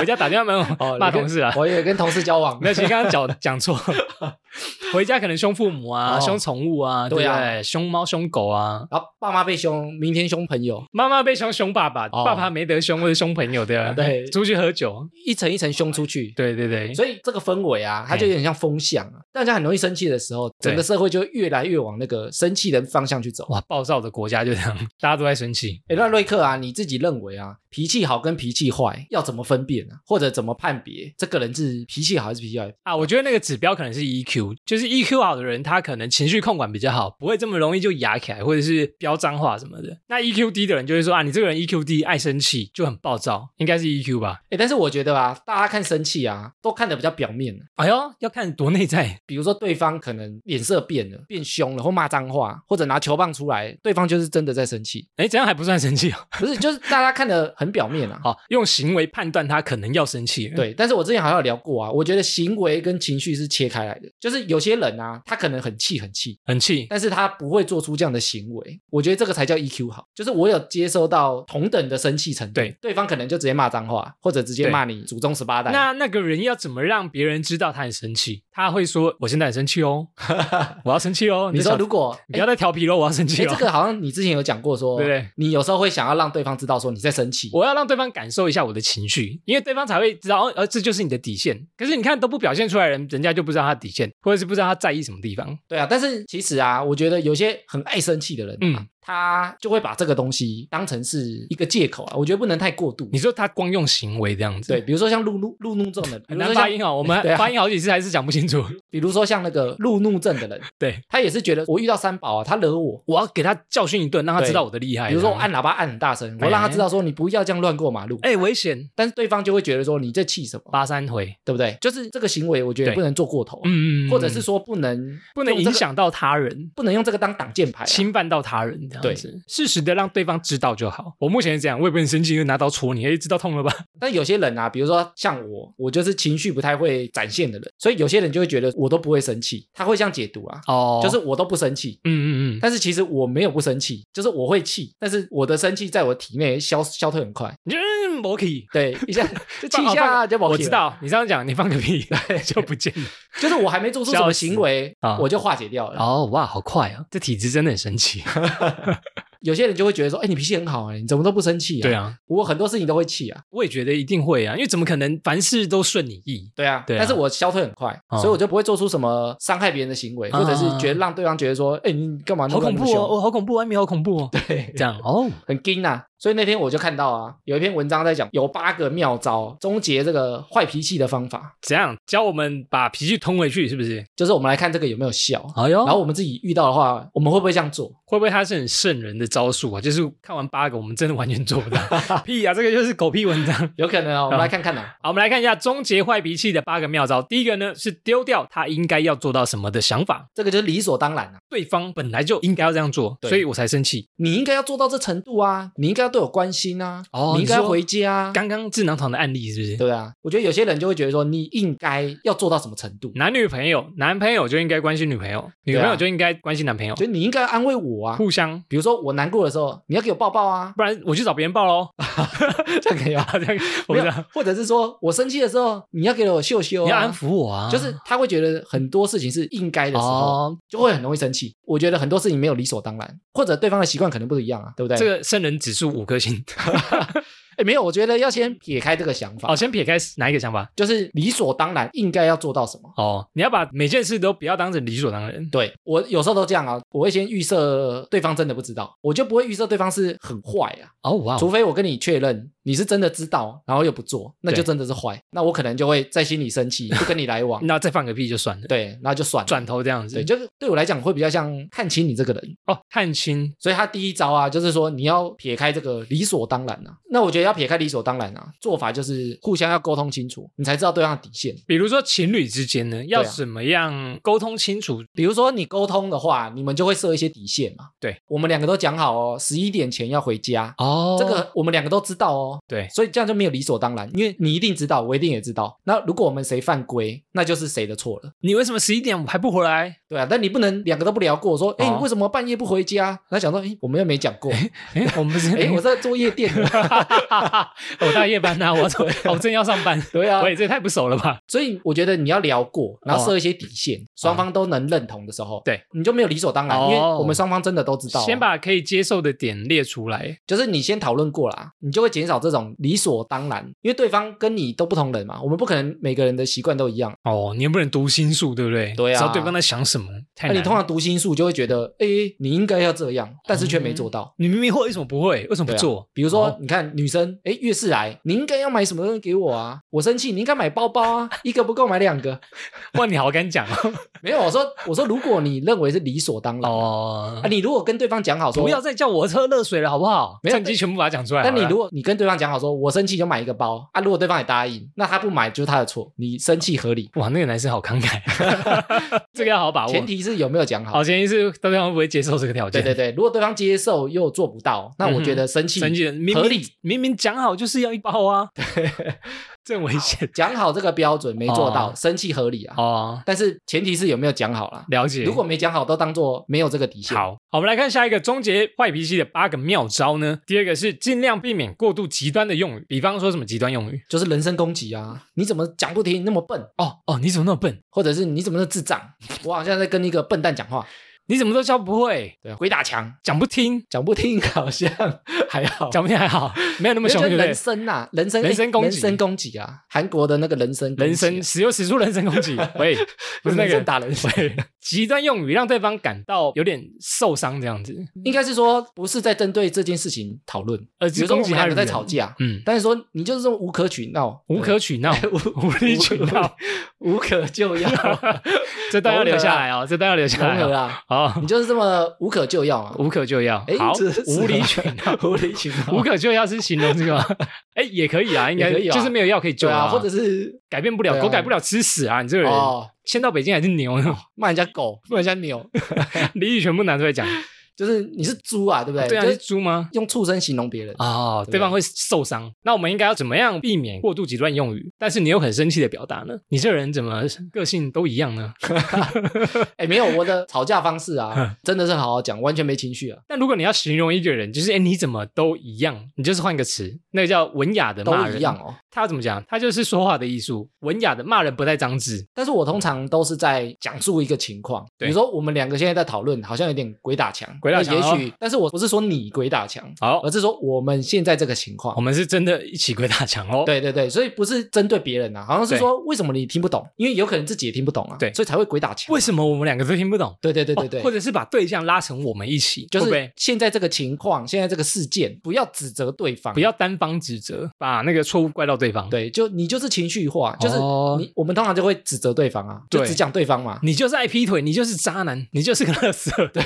回家打电话没有骂同事啊？我也跟同事交 往没。有，其实刚刚讲讲错。 回家可能凶父母啊，哦凶宠物啊，对对啊不对凶猫凶狗啊。然后爸妈被凶，明天凶朋友，妈妈被凶，凶爸爸；哦爸爸没得凶，或者凶朋友对吧？ 对出去喝酒，一层一层凶出去。对对对，所以这个氛围啊，它就有点像风向啊，大家很容易生气的时候，对整个社会就越来越往那个生气的方向去走。哇，暴躁的国家就这 样，大家都在生气。哎，那瑞克啊，你自己认为啊，脾气好跟脾气坏要怎么分辨啊，或者怎么判别这个人是脾气好还是脾气坏？啊，我觉得那个指标可能是 EQ，就是 EQ 好的人，他可能情绪控管比较好，不会这么容易就压起来，或者是飙脏话什么的。那 EQ 低的人就会说啊，你这个人 EQ 低，爱生气，就很暴躁，应该是 EQ 吧？哎，但是我觉得啊，大家看生气啊，都看得比较表面、啊。哎呦，要看多内在比如说，对方可能脸色变了，变凶了，或骂脏话，或者拿球棒出来，对方就是真的在生气。哎，这样还不算生气哦。不是，就是大家看得很表面啊。好，用行为判断他可能要生气了。对，但是我之前好像有聊过啊，我觉得行为跟情绪是切开来的，就是有些人啊，他可能很气很气，很气。但是他不会做出这样的行为，我觉得这个才叫 EQ 好，就是我有接收到同等的生气程度，对，对方可能就直接骂脏话，或者直接对骂你祖宗十八代，那那个人要怎么让别人知道他很生气？他会说：“我现在很生气 哦，我要生气哦。”你这小说如果你不要再调皮喽，我要生气哎，哦。这个好像你之前有讲过说，对对你有时候会想要让对方知道说你在生气，我要让对方感受一下我的情绪，因为对方才会知道，哦呃，这就是你的底线。可是你看都不表现出来的人，人家就不知道他的底线，或者是不知道他在意什么地方。对啊，但是其实啊，我觉得有些很爱生气的人、啊，嗯他就会把这个东西当成是一个借口啊，我觉得不能太过度你。说他光用行为这样子，对，，比如说像路怒路怒症的人，比很如难说发像音哦，我们 对啊发音好几次还是讲不 清楚。比如说像那个路怒症的人，对他也是觉得我遇到三宝啊，他惹我，我要给他教训一顿，让他对知道我的厉害。比如说我这样按喇叭按很大声，我让他知道说你不要这样乱过马路，哎哎，危险，但是对方就会觉得说你在气什么，八三回，对不对？就是这个行为，我觉得对不能做过头，嗯，嗯嗯或者是说不能不能用这影个，响到他人。不能用这个当挡箭牌啊、侵犯到他人这样子，适时的让对方知道就好。我目前是这样，我也不能生气，就拿刀戳你，哎，知道痛了吧？但有些人啊，比如说像我，我就是情绪不太会展现的人，所以有些人就会觉得我都不会生气，他会这样解读啊，哦就是我都不生气。嗯嗯嗯，但是其实我没有不生气，就是我会气，但是我的生气在我体内消消退很快，你就嗯，我可以。对，一下就气放一下啊 放就没气了我知，道你这样讲，你放个 屁就不见了。就是我还没做出什么行为笑死啊，我就化解掉 了。哦哇，好快啊！这体质真的很神 奇。有些人就会觉得说，哎，你脾气很好，哎，你怎么都不生气啊？对，啊，我很多事情都会气啊，我也觉得一定会啊，因为怎么可能凡事都顺你意？对啊，对啊但是我消退很快，哦所以我就不会做出什么伤害别人的行为，啊或者是觉得让对方觉得说，哎，你干嘛那好么恐怖凶哦，哦，好恐怖，外面好恐怖哦。对，这样哦，很惊呐、所以那天我就看到啊，有一篇文章在讲有八个妙招终结这个坏脾气的方法，怎样教我们把脾气吞回去？是不是？就是我们来看这个有没有效。啊哎呦，然后我们自己遇到的话，我们会不会这样做？会不会他是很圣人的招数啊？就是看完八个，我们真的完全做不 到。屁啊，这个就是狗屁文章。有可能哦，我们来看看啊。好，我们来看一下终结坏脾气的八个妙招。第一个呢是丢掉他应该要做到什么的想法，这个就是理所当然啊，对方本来就应该要这样做，对所以我才生气。你应该要做到这程度啊，你应该要对我关心啊，哦你应该你要说回家、啊，刚刚智囊团的案例是不是？对啊。我觉得有些人就会觉得说，你应该要做到什么程度，男女朋友，男朋友就应该关心女朋友，啊女朋友就应该关心男朋友，就你应该要安慰我啊。互相，比如说我难过的时候，你要给我抱抱啊，不然我去找别人报喽。 这样 可以吧？好像我不知没有道，或者是说我生气的时候，你要给我秀秀、啊，你要安抚我啊，就是他会觉得很多事情是应该的时候，哦，就会很容易生气。我觉得很多事情没有理所当然，或者对方的习惯可能不一样啊，对不对？这个圣人指数五颗 星。诶没有，我觉得要先撇开这个想法，好，先撇开哪一个想法？就是理所当然应该要做到什么。哦，你要把每件事都不要当成理所当然。对我有时候都这样啊，我会先预设对方真的不知道，我就不会预设对方是很坏啊，哦哇除非我跟你确认你是真的知道，然后又不做，那就对真的是坏。那我可能就会在心里生 气，不跟你来往，那再放个屁就算了，对，那就算了。转头这样子。对，就是对我来讲会比较像看清你这个人，哦，看清所以他第一招啊，就是说你要撇开这个理所当然啊。那我觉得要撇开理所当然啊，做法就是互相要沟通清楚，你才知道对方的底线。比如说情侣之间呢，要对啊怎么样沟通清楚？比如说你沟通的话，你们就会设一些底线嘛。对，我们两个都讲好哦，十一点前要回家，哦这个我们两个都知道哦。对所以这样就没有理所当然，因为你一定知道，我一定也知道。那如果我们谁犯规，那就是谁的错了。你为什么十一点还不回来？对啊，但你不能两个都不聊过，说，哎、哦你为什么半夜不回家？那想说，哎，我们又没讲 过， 哎，我们不是，哎，我在做夜店的。我大夜班呐、啊我走，我正要上班。对啊，喂，这也太不熟了吧？所以我觉得你要聊过，然后设一些底线，双方都能认同的时候，对，你就没有理所当然，哦因为我们双方真的都知道、哦先，把可以接受的点列出来。就是你先讨论过啦，你就会减少这种理所当然，因为对方跟你都不同人嘛，我们不可能每个人的习惯都一样。哦，你也不能读心术，对不对？哎对啊知道对方在想什么，太难那、了。你通常读心术就会觉得，哎，你应该要这样，但是却没做到。你明明会，为什么不会？为什么不对啊做？比如说，嗯哦你看女生，哎，月事来，你应该要买什么东西给我啊？我生气，你应该买包包啊，一个不够买两个。 哇，你好敢讲哦！没有，我说，我说，如果你认为是理所当 然，哦啊，你如果跟对方讲好说，不要再叫我喝热水了，好不好？没有趁机全部把它讲出来好了。但你如果你跟对方讲好说，我生气就买一个包啊，如果对方也答应，那他不买就是他的错，你生气合理。哇，那个男生好慷慨， 这个要好好哦把握。前提是有没有讲好好，。前提是对方会不会接受这个条对件？对对，如果对方接受又做不到，那我觉得生气、嗯生气，明合明理明明讲好就是要一包啊，这很危险讲好这个标准没做到，哦生气合理啊。哦。但是前提是有没有讲好啦。了解。如果没讲好，都当做没有这个底线。好，好，我们来看下一个终结坏脾气的八个妙招呢。第二个是尽量避免过度极端的用语，比方说什么极端用语？就是人身攻击啊！你怎么讲不听？那么笨，哦哦，你怎么那么笨？或者是你怎么那么智障？我好像在跟一个笨蛋讲话。你怎么都教不会？对啊，鬼打墙，讲不听，讲不听好像还好。讲不听还好，没有那么凶，就对不是对人？参呐、人参人参攻击人参攻击啊，韩国的那个人参攻击啊，人身使用使出人身攻 击，喂，不是那人参个打人参，喂，极端用语让对方感到有点受伤这样子，应该是说不是在针对这件事情讨论，而比是如说攻我击们他两个人在吵，架，嗯，但是说你就是这种无可取闹，无可取闹，对 无无理取闹，无 可救药，这段要留下来哦，这段要留下融来合哦，啊，好你，就是这么无可救药啊，无可救药哎，好这是，，无理取闹 无理取 闹无可救药是形容这个吗？ 哎，也可以啊，应该也可以啊就是没有药可以救对啊，或或者者是改变不了，对啊狗改不了吃屎啊，你这个人哦迁到北京还是 牛呢，骂人家狗，骂人家牛，俚语全部拿出来讲，就是你是猪啊，对不对？对啊，哎就是猪吗？用畜生形容别人，哦，对对方会受伤。那我们应该要怎么样避免过度极端用语？但是你又很生气的表达呢？你这人怎么个性都一样呢？哎，没有我的吵架方式 啊，真的是好好讲，完全没情绪啊。但如果你要形容一个人，就是哎你怎么都一样，你就是换个词，那个叫文雅的都骂人。一样哦。他要怎么讲？他就是说话的艺术，文雅的骂人不带脏字。但是我通常都是在讲述一个情况，比对如说我们两个现在在讨论，好像有点鬼打墙，鬼打墙那哦也许，但是我不是说你鬼打墙，好，而是说我们现在这个情我况。们是真的一起鬼打墙哦。对对对，所以不是针对别人啊，好像是对说为什么你听不懂，因为有可能自己也听不懂啊，对所以才会鬼打墙。为什么我们两个都听不懂？对对对对对，哦或者是把对象拉成我们一起，就会不是会现在这个情况，现在这个事件，不要指责对方，不要单方啊指责，把那个错误怪到对方。，对，就你就是情绪化，就是哦你我们通常就会指责对方啊，就对只讲对方 嘛，你就是爱劈腿，你就是渣男，你就是个乐色。对，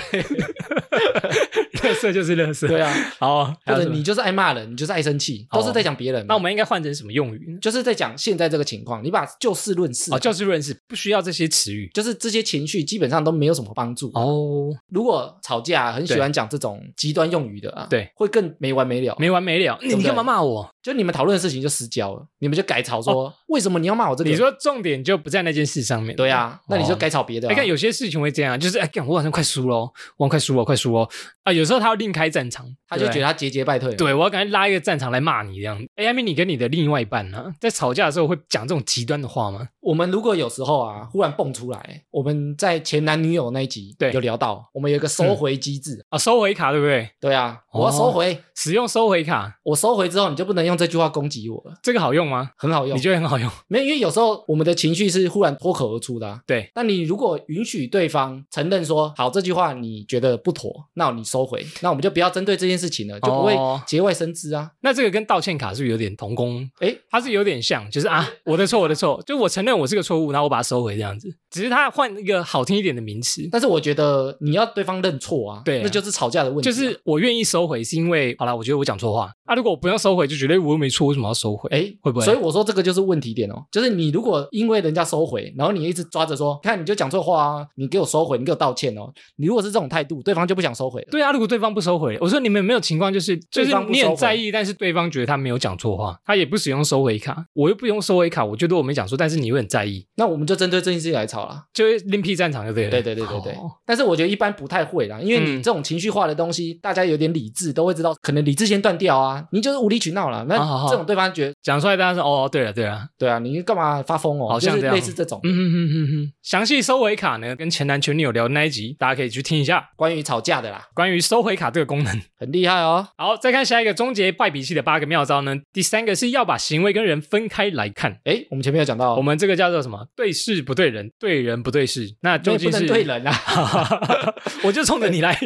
乐色就是乐色。对啊，好，还或有者什么你就是爱骂人，你就是爱生气，都是哦在讲别人嘛。那我们应该换成什么用语呢？就是在讲现在这个情况，你把就事论事，哦，就事论事，不需要这些词语。就是这些情绪基本上都没有什么帮助。哦，如果吵架啊很喜欢讲这种极端用语的啊，对，会更没完没了。没完没了，不你对你干嘛骂我？就你们讨论的事情就失焦了，你们就改吵说、为什么你要骂我这哦个？你说重点就不在那件事上面。对啊，那你就哦改吵别的、啊。哎，看有些事情会这样，就是哎，干我好像快输喽，我快输了，快输了啊！有时候他要另开战场，他就对不对觉得他节节败退。对，我要赶快拉一个战场来骂你这样。哎，艾米，你跟你的另外一半呢、在吵架的时候会讲这种极端的话吗？我们如果有时候啊，忽然蹦出来，我们在前男女友那一集对有聊到，我们有一个收回机制。啊，收回卡对不对？对啊，我要收回，使用收回卡，我收回之后，你就不能用这句话攻击我了，这个好用吗？很好用你。觉得很好用？ 没有，因为有时候我们的情绪是忽然脱口而出的、啊。对，但你如果允许对方承认说好这句话你觉得不妥，那你收回，那我们就不要针对这件事情了，就不会哦节外生枝啊。那这个跟道歉卡是不是有点同工？诶 它是有点像，就是啊，我的错，我的错，就我承认我是个错误，然后我把它收回这样子。只是他换一个好听一点的名词，但是我觉得你要对方认错啊，对啊那就是吵架的问就题啊、是我愿意收回，是因为好啦，我觉得我讲错话啊。如果我不用收回，就觉得我又没错，为什么要收回？哎、哎，会不会所以我说这个就是问题点哦，就是你如果因为人家收回，然后你一直抓着说，看你就讲错话啊，你给我收回，你给我道歉哦。你如果是这种态度，对方就不想收回了。对啊，如果对方不收回，我说你们有没有情况就是就对是方不你收很回在意，但是对方觉得他没有讲错话，他也不使用收回卡，我又不用收回卡，我觉得我没讲错，但是你会很在意，那我们就针对这件事情来吵啦。就是另辟战场就对了。对对对对对哦，但是我觉得一般不太会啦，因为你嗯这种情绪化的东西，大家有点理智都会知道，可能理智先断掉啊，你就是无理取闹啦。啊好那好这种对方觉得，讲出来大家说哦，对了对了，对啊，你干嘛发疯哦？好像就是这样类似这种嗯哼哼哼哼。详细收回卡呢，跟前男前女友聊的那一集，大家可以去听一下关于吵架的啦，关于收回卡这个功能。 很厉害哦。好，再看下一个终结败笔记的八个妙招呢，第三个是要把行为跟人分开来看。哎，我们前面有讲到，我们这个叫做什么？对事不对人，对人不对事。那那究也不竟是能对人啊， 我就冲着你来，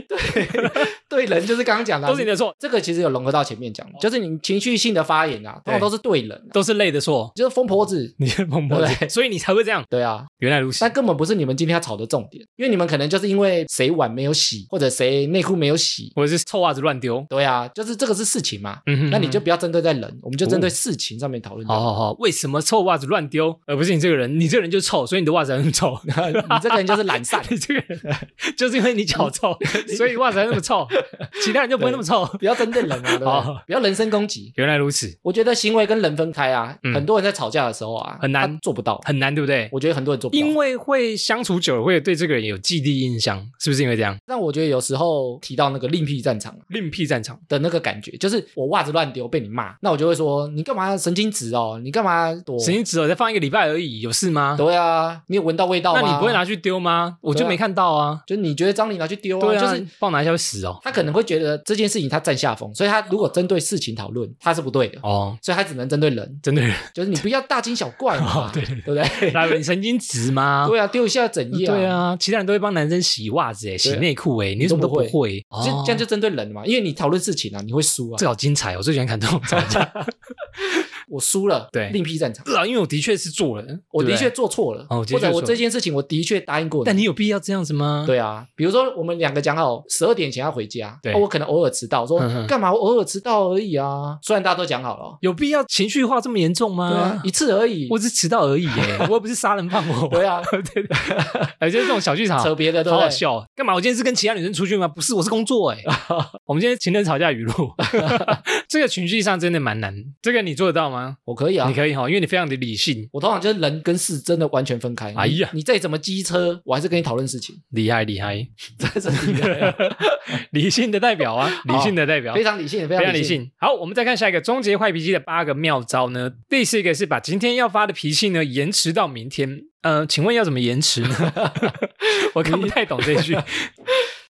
对人就是刚刚讲的啊，都是你的错，这个其实有融合到前面讲，哦就是你情绪性的发言啊，通常都是对人啊、都是累的错，就是疯婆子。你是疯婆对不子，所以你才会这样。对啊，原来如此但，根本不是你们今天要吵的重点，因为你们可能就是因为谁碗没有洗，或者谁内裤没有洗。我是臭袜子乱丢。对啊，就是这个是事情嘛，嗯哦哼那你就哼不要针对在人，我们就针对事情上面讨论。好好好，为什么臭袜子乱丢，而不是你这个人？你这个人就臭，所以你的袜子还那么臭。 你这个人就是懒散 ，你这个人就是因为你脚 臭，所以袜子才那么臭，其他人就不会那么臭。不要针对人啊 嘛，对不好对？不要人身攻击。原来如此，我觉得行为跟人分开啊，嗯很多人在吵架的时候啊，很难他做不到。很难，对不对？我觉得很多人做不到，因为会相处久了，会对这个人有既定印象，是不是因为这样？但我觉得有时候提到那个另辟战场啊另辟战场，的那个感觉，就是我袜子乱丢被你骂，那我就会说你干嘛神经质哦，你干嘛躲？神经只有再放一个礼拜而已，有事吗？ 对啊，你有闻到味道吗？那你不会拿，去丢吗？我就对啊没看到啊。就是你觉得脏你拿去丢对啊，就是帮我拿一下会死哦。他可能会觉得这件事情他占下风，所以他如果针对事情讨论，他是不对的。哦，所以他只能针对人，真 的，就是你不要大惊小怪嘛， 哦对对不对？来，你神经质吗？对啊，丢一下怎样？啊对，啊，其他人都会帮男生洗袜子诶，欸洗内裤诶，你为什么都不都不会？这哦这样就针对人了嘛，因为你讨论事情啊，你会输啊这，好精彩哦，我最喜欢看这种吵架。 我输了，对另辟战场，对啊，因为我的确是做 了，我对的不确对，做错了，哦或的确者我错这件事情我的确答应过你但，你有必要这样子吗？，对啊，比如说我们两个讲好十二点前要回家，对啊我可能偶尔迟到，说哼哼干嘛我偶尔迟到而已啊，虽然大家都讲好了哦，有必要情绪化这么严重对啊吗，？一次而已，嗯我只是迟到而已诶，我又不是杀人放火。 对啊，对对，哎，就是这种小剧场，扯别的，对 好不好对？笑。哦干嘛？我今天是跟其他女生出去吗？不是，我是工作 哎、我们今天情人吵架语录， 这个情绪上真的蛮难。这个你做得到吗？我可以啊你，可以哈，因为你非常的理性，我通常就是人跟事真的完全分开。哎呀你你再怎么机车，我还是跟你讨论事 情，厉害厉害，这啊 是你啊的理性的代表啊，理性的代表非。常理性，非非常常理性。性。好，我们再看下一个终结坏脾气的八个妙招呢。第四个是把今天要发的脾气呢延迟到明天。呃，请问要怎么延迟呢？ 我看不太懂这句，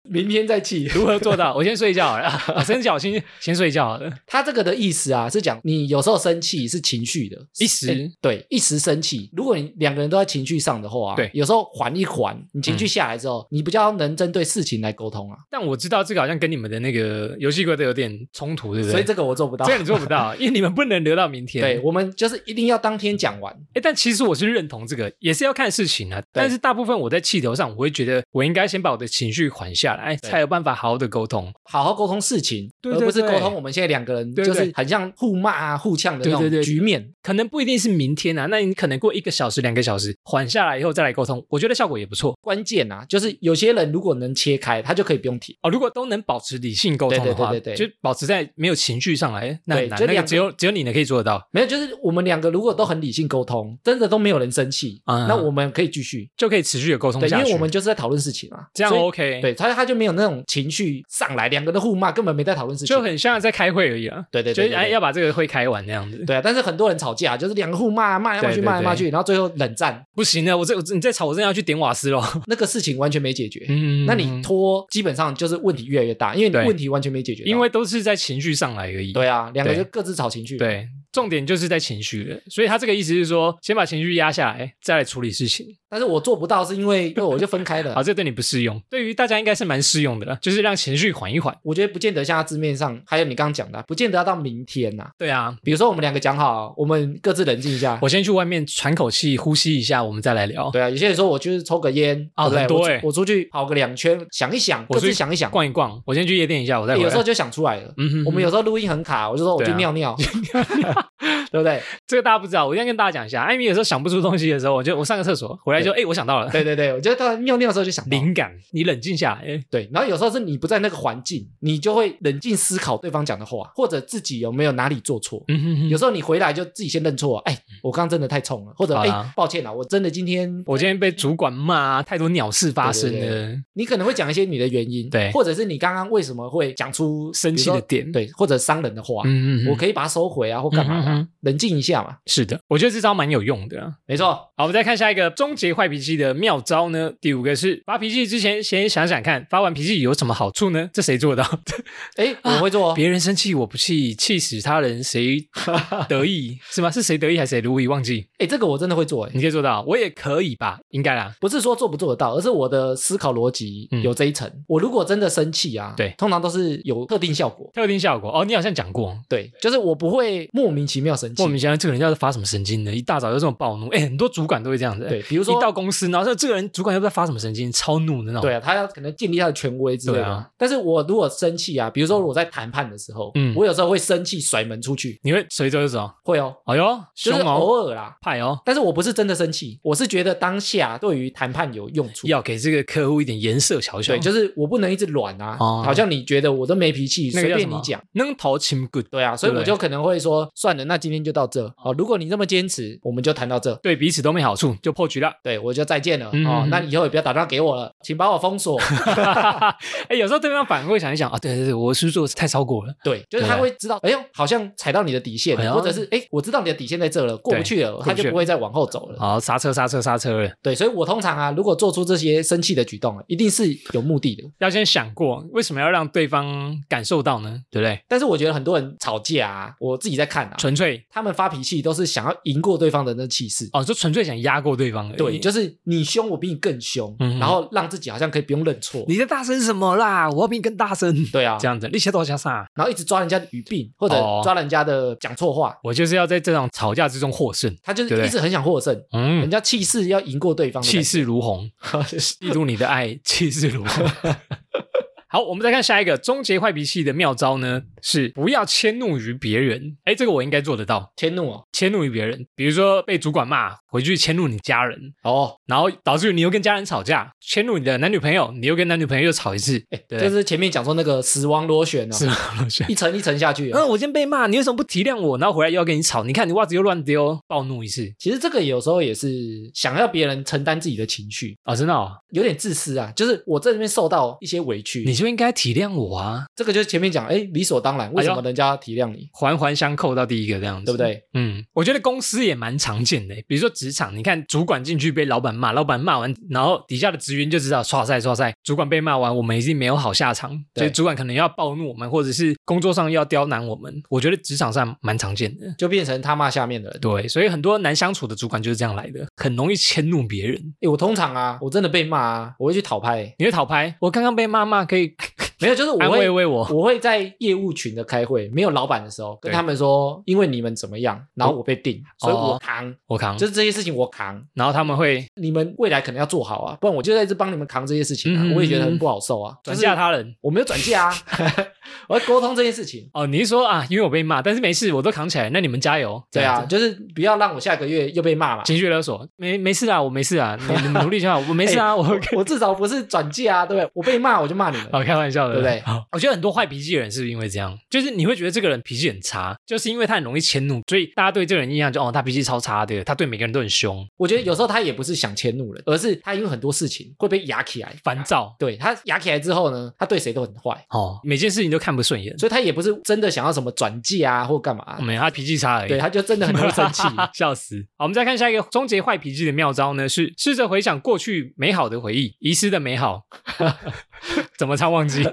明天再气。如何做到？我先睡觉好了，啊、伸脚先先睡觉好了。他这个的意思啊，是讲你有时候生气是情绪的，一时哎对一时生气。如果你两个人都在情绪上的话、啊，对有时候缓一缓，你情绪下来之后，你比较能针对事情来沟通啊。但我知道这个好像跟你们的那个游戏规则有点冲突，对不对？所以这个我做不到这。个你做不到，因为你们不能留到明天。 对，我们就是一定要当天讲完。哎，但其实我是认同这个，也是要看事情啊。但是大部分我在气头上，我会觉得我应该先把我的情绪缓下来，哎才有办法好好的沟通。好好沟通事情，对而不是对对沟通我们现在两个人对对就是很像互骂啊、互呛的那对对种对局面。可能不一定是明天啊，那你可能过一个小时、两个小时缓下来以后再来沟通，我觉得效果也不错关键啊，就是有些人如果能切开，他就可以不用提。哦。如果都能保持理性沟通的话，对对对对对就保持在没有情绪上来，那很难。对那个就两个只有只有你能可以做得到，没有，就是我们两个如果都很理性沟通，真的都没有人生气，嗯那我们可以继续。就可以持续的沟通对，因下去。为我们就是在讨论事情嘛，这样所以 OK，，对，他他就没有那种情绪上来，两个人互骂，根本没在讨论事情。就很像在开会而已啊。对对就对是对哎，对要把这个会开完那样子。对啊，但是很多人吵架就是两个互骂，骂来骂去，对对骂来骂去，然后最后冷战，不行啊了，我这我这你再吵，我真的要去点瓦斯咯。那个事情完全没解决。 嗯，那你拖，基本上就是问题越来越大，因为你对问题完全没解决到。因为都是在情绪上来而已。对啊，两个对就各自吵情绪。，对重点就是在情绪了。所以他这个意思是说，先把情绪压下来，再来处理事情。但是我做不到，是因为对我就分 开好，了。这对你不适用，对于大家应该是蛮适用的啦，就是让情绪缓一缓。我觉得不见得像他字面上，还有你刚刚讲的啊，不见得要到明天呐、对啊，比如说我们两个讲好，我们各自冷静一下。我先去外面喘口气，呼吸一下，我们再来聊，对啊，有些人说我就是抽个烟，啊对不对很多我出欸我出去跑个两圈，想一想，我各出去自想一想，逛一逛。我先去夜店一下，我再欸回来。有时候就想出来了。嗯哼哼，我们有时候录音很卡，我就说我去对啊 尿尿，对不对？这个大家不知道，我一定要跟大家讲一下。艾米有时候想不出东西的时候，我就我上个厕所回来就哎、诶我想到了，对对对，我觉得到尿尿的时候就想到灵感，你冷静下来。诶对，然后有时候是你不在那个环境，你就会冷静思考对方讲的话，或者自己有没有哪里做错。嗯哼有哼，时候你回来就自己先认错，哎，我刚刚真的太冲了，或者好哎、啦抱歉啦，我真的今天我今天被主管骂，太多鸟事发生了。对对你可能会讲一些你的原因，对或者是你刚刚为什么会讲出生气的比如说点对，或者伤人的话，嗯嗯，我我可以把它收回啊，或干嘛的啊、嗯哼冷静一下嘛，是的，我觉得这招蛮有用的啊、没错，好，我们再看下一个终结坏脾气的妙招呢。第五个是发脾气之前先想想看，发完脾气有什么好处呢？这谁 做得到？哎，我会做、哦。别人生气我不气，气死他人谁得意是吗？是谁得意还是谁如意？忘记，哎，这个我真的会做，哎，你可以做到，我也可以吧？应该啦。不是说做不做得到，而是我的思考逻辑嗯有这一层。我如果真的生气啊，对通常都是有特定效果，特定效果哦，你好像讲过，对，就是我不会莫名其妙生气莫。名其妙这个人要是发什么神经的，一大早就这么暴怒，哎，很多主管都会这样子，对，比如一说到公司，然后说这个人主管又不知道发什么神经，超怒的那种，对，啊，他要可能建立他的权威之类对的。啊但是我如果生气啊，比如说我在谈判的时候，嗯我有时候会生气甩门出去，你会随着就走，会哦，哎呦，就凶是哦，偶尔啦。派哦。但是我不是真的生气，我是觉得当下对于谈判有用处。要给这个客户一点颜色瞧瞧，对，就是我不能一直软啊，哦好像你觉得我都没脾气，那个随叫便什你么讲。，能头清 good。对啊，所以对嗯我不就对可能会说，算了，那今天就到这哦。如果你这么坚持，我们就谈到这。对彼此都没好处，就破局 了。对，我就再见了、嗯哦嗯。嗯那以后也不要打电话给我了，请把我 封锁。哎、有时候对方反过来想一想啊，对对对，我是不是做得太超过了？对，就是他对会知道，哎呦，好像踩到你的底线了，哎呦或者是哎，我知道你的底线在这了，过不去了，过不他就去不会再往后走了。好，刹车刹车刹车了，对，所以我通常啊，如果做出这些生气的举动啊，一定是有目的的。要先想过为什么要让对方感受到呢？对不对？但是我觉得很多人吵架啊，我自己在看啊，纯粹他们发脾气都是想要赢过对方的那气势。哦，就纯粹想压过对方而已。对，就是你凶，我比你更凶，嗯然后让自己好像可以不用认错。你在大声什么啦？我要比你更大声。对啊，这样子，你切多加啥？然后一直抓人家的语病，或者哦抓人家的讲错话，我就是要在这场吵架之中获胜。他就对不对是一直很想获胜，人嗯，家气势要赢过对方的感觉，气势如 虹，一如你的爱，气势如虹。 好，我们再看下一个终结坏脾气的妙招呢，是不要迁怒于别人。哎，这个我应该做得到。迁怒哦。迁怒于别人，比如说被主管骂，回去迁怒你家人，哦，然后导致于你又跟家人吵架，迁怒你的男女朋友，你又跟男女朋友又吵一次，哎，对就是前面讲说那个死亡螺旋哦，是 吗？罗旋一层一层下去哦。嗯，我今天被骂，你为什么不体谅我？然后回来又要跟你吵，你看你袜子又乱丢，暴怒一次其实这个有时候也是想要别人承担自己的情绪，哦，真的、哦，有点自私啊。就是我这边受到一些委你屈，就应该体谅我啊，这个就是前面讲，哎，理所当然，为什哎么呦人家要体谅你，环环相扣到第一个这样子，对不？对？嗯，我觉得公司也蛮常见的，比如说职场，你看主管进去被老板骂，老板骂完，然后底下的职员就知道刷赛刷赛，主管被骂完，我们一定没有好下场，对所以主管可能要暴怒我们，或者是工作上要刁难我们。我觉得职场上蛮常见的，就变成他骂下面的人。对，所以很多难相处的主管就是这样来的，很容易迁怒别人。哎，我通常啊，我真的被骂啊，我会去讨拍，你会讨拍，我刚刚被骂骂，可 以没有，就是我安慰会慰我。我会在业务群的开会，没有老板的时候，跟对哦他们说，因为你们怎么样，然后我被定，所以我扛，我扛，就是这些事情我扛。然后他们会你们未来可能要做好啊，不然我就在这帮你们扛这些事情啊，嗯我也觉得很不好受啊。转嫁就是他人。我没有转嫁啊， 我要沟通这件事情。哦，你是说啊，因为我被骂，但是没事，我都扛起来，那你们加油。这对样啊，子就是不要让我下个月又被骂嘛。情绪勒索，没没事啊，我没事啊，你你们努力就好，我没事啊，我我至少不是转嫁啊，对不对？我被骂我就骂你们。好开玩笑的，对不对好？我觉得很多坏脾气的人是因为这样，就是你会觉得这个人脾气很差，就是因为他很容易迁怒，所以大家对这个人印象就哦，他脾气超差的，他对每个人都很凶，我觉得有时候他也不是想迁怒人，而是他因为很多事情会被压起来。啊烦躁对他压起来之后呢，他对谁都很坏，哦，每件事情都看不顺眼，所以他也不是真的想要什么转嫁啊或干嘛啊、没有他脾气差而已。对，他就真的很容易 生气。笑死！好，我们再看下一个终结坏脾气的妙招呢，是试着回想过去美好的回忆，遗失的美好。 怎么常忘记？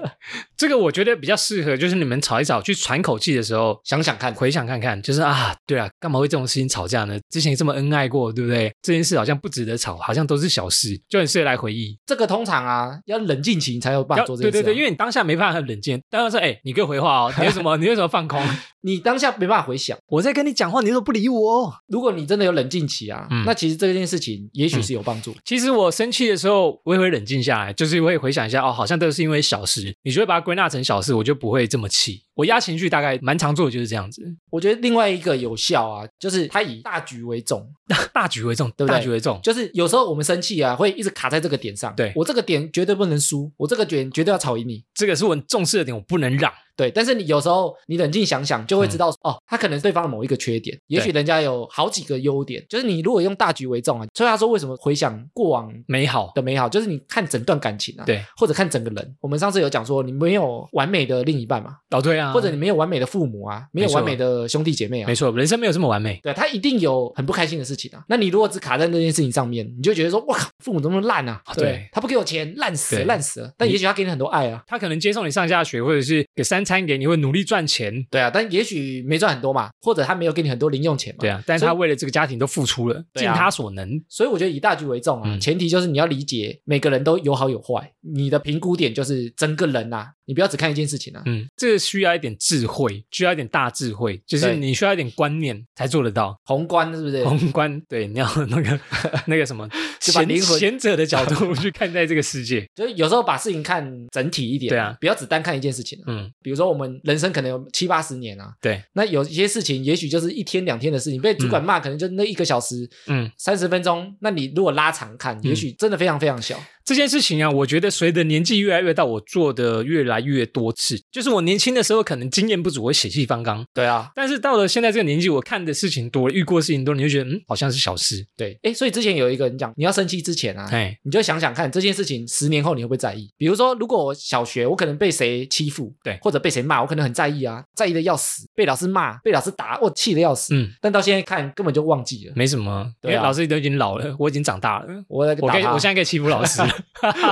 这个我觉得比较适合，就是你们吵一吵，去喘口气的时候，想想看，回想看看，就是啊，对啊，干嘛会这种事情吵架呢？之前这么恩爱过，对不对？这件事好像不值得吵，好像都是小事，就很适合来回忆。这个通常啊，要冷静期你才有办要法做这对件事、对啊。对，因为你当下没办法很冷静，当然说，哎、你给我回话哦，你为什么你为什么放空？你当下没办法回想。 我在跟你讲话，你都不理我、哦如果你真的有冷静期啊，嗯那其实这件事情也许是有帮助。其实我生气的时候，我也会冷静下来，就是会回想一下，哦，好像都是因为小事，你就会把它归纳成小事，我就不会这么气。我压情绪大概蛮常做的就是这样子，我觉得另外一个有效啊，就是它以大局为重，大局为重，对不对大局为重。就是有时候我们生气啊，会一直卡在这个点上。对我这个点绝对不能输，我这个点绝对要吵赢你。这个是我很重视的点，我不能让。对，但是你有时候你冷静想想，就嗯会知道、哦，他可能对方的某一个缺点，也许人家有好几个优点。就是你如果用大局为重啊，所以他说为什么回想过往美好，的美好，就是你看整段感情啊，对，或者看整个人。我们上次有讲说，你没有完美的另一半嘛，哦对啊，或者你没有完美的父母啊，没有没错完美的兄弟姐妹啊没。错，人生没有这么完美。对他一定有很不开心的事情啊。那你如果只卡在那件事情上面，你就觉得说，哇靠，父母怎么那么烂啊啊？对他不给我钱，烂死了对烂死了。但也许他给你很多爱啊。他可能接送你上下学，或者是给三餐给你，会努力赚钱。对啊，但也许没赚很多嘛，或者他没有给你很多零用钱嘛。对啊，但是他为了这个家庭都付出了，对尽啊他所能。所以我觉得以大局为重啊，嗯前提就是你要理解每个人都有好有坏，你的评估点就是整个人啊，你不要只看一件事情啊。嗯，这个需要一点智慧，需要一点大智慧，就是对你需要一点观念才做得到。宏观是不是？宏观，对，你要那 个那个什么就把贤灵魂贤者的角 度去看待这个世界。就是有时候把事情看整体一点，对啊，不要只单看一件事情啊。嗯，比如说我们人生可能有七八十年啊，对，那有一些事情也许就是一天两天的事情，被主管骂可能就那一个小时，嗯，三十分钟，那你如果拉长看，也许真的非常非常小。这件事情啊，我觉得随着年纪越来越大，我做的越来越多次。就是我年轻的时候可能经验不足，我血气方刚，对啊，但是到了现在这个年纪，我看的事情多了，遇过的事情多了，你就觉得嗯，好像是小事。对，哎，所以之前有一个人讲，你要生气之前啊，哎，你就想想看这件事情十年后你会不会在意？比如说，如果我小学我可能被谁欺负，对或者被谁骂，我可能很在意啊，在意的要死，被老师骂，被老师打，我气的要死。嗯，但到现在看根本就忘记了，没什么，因对啊为老师都已经老了，我已经长大了，我来我打可以，他，我现在可以欺负老 师了。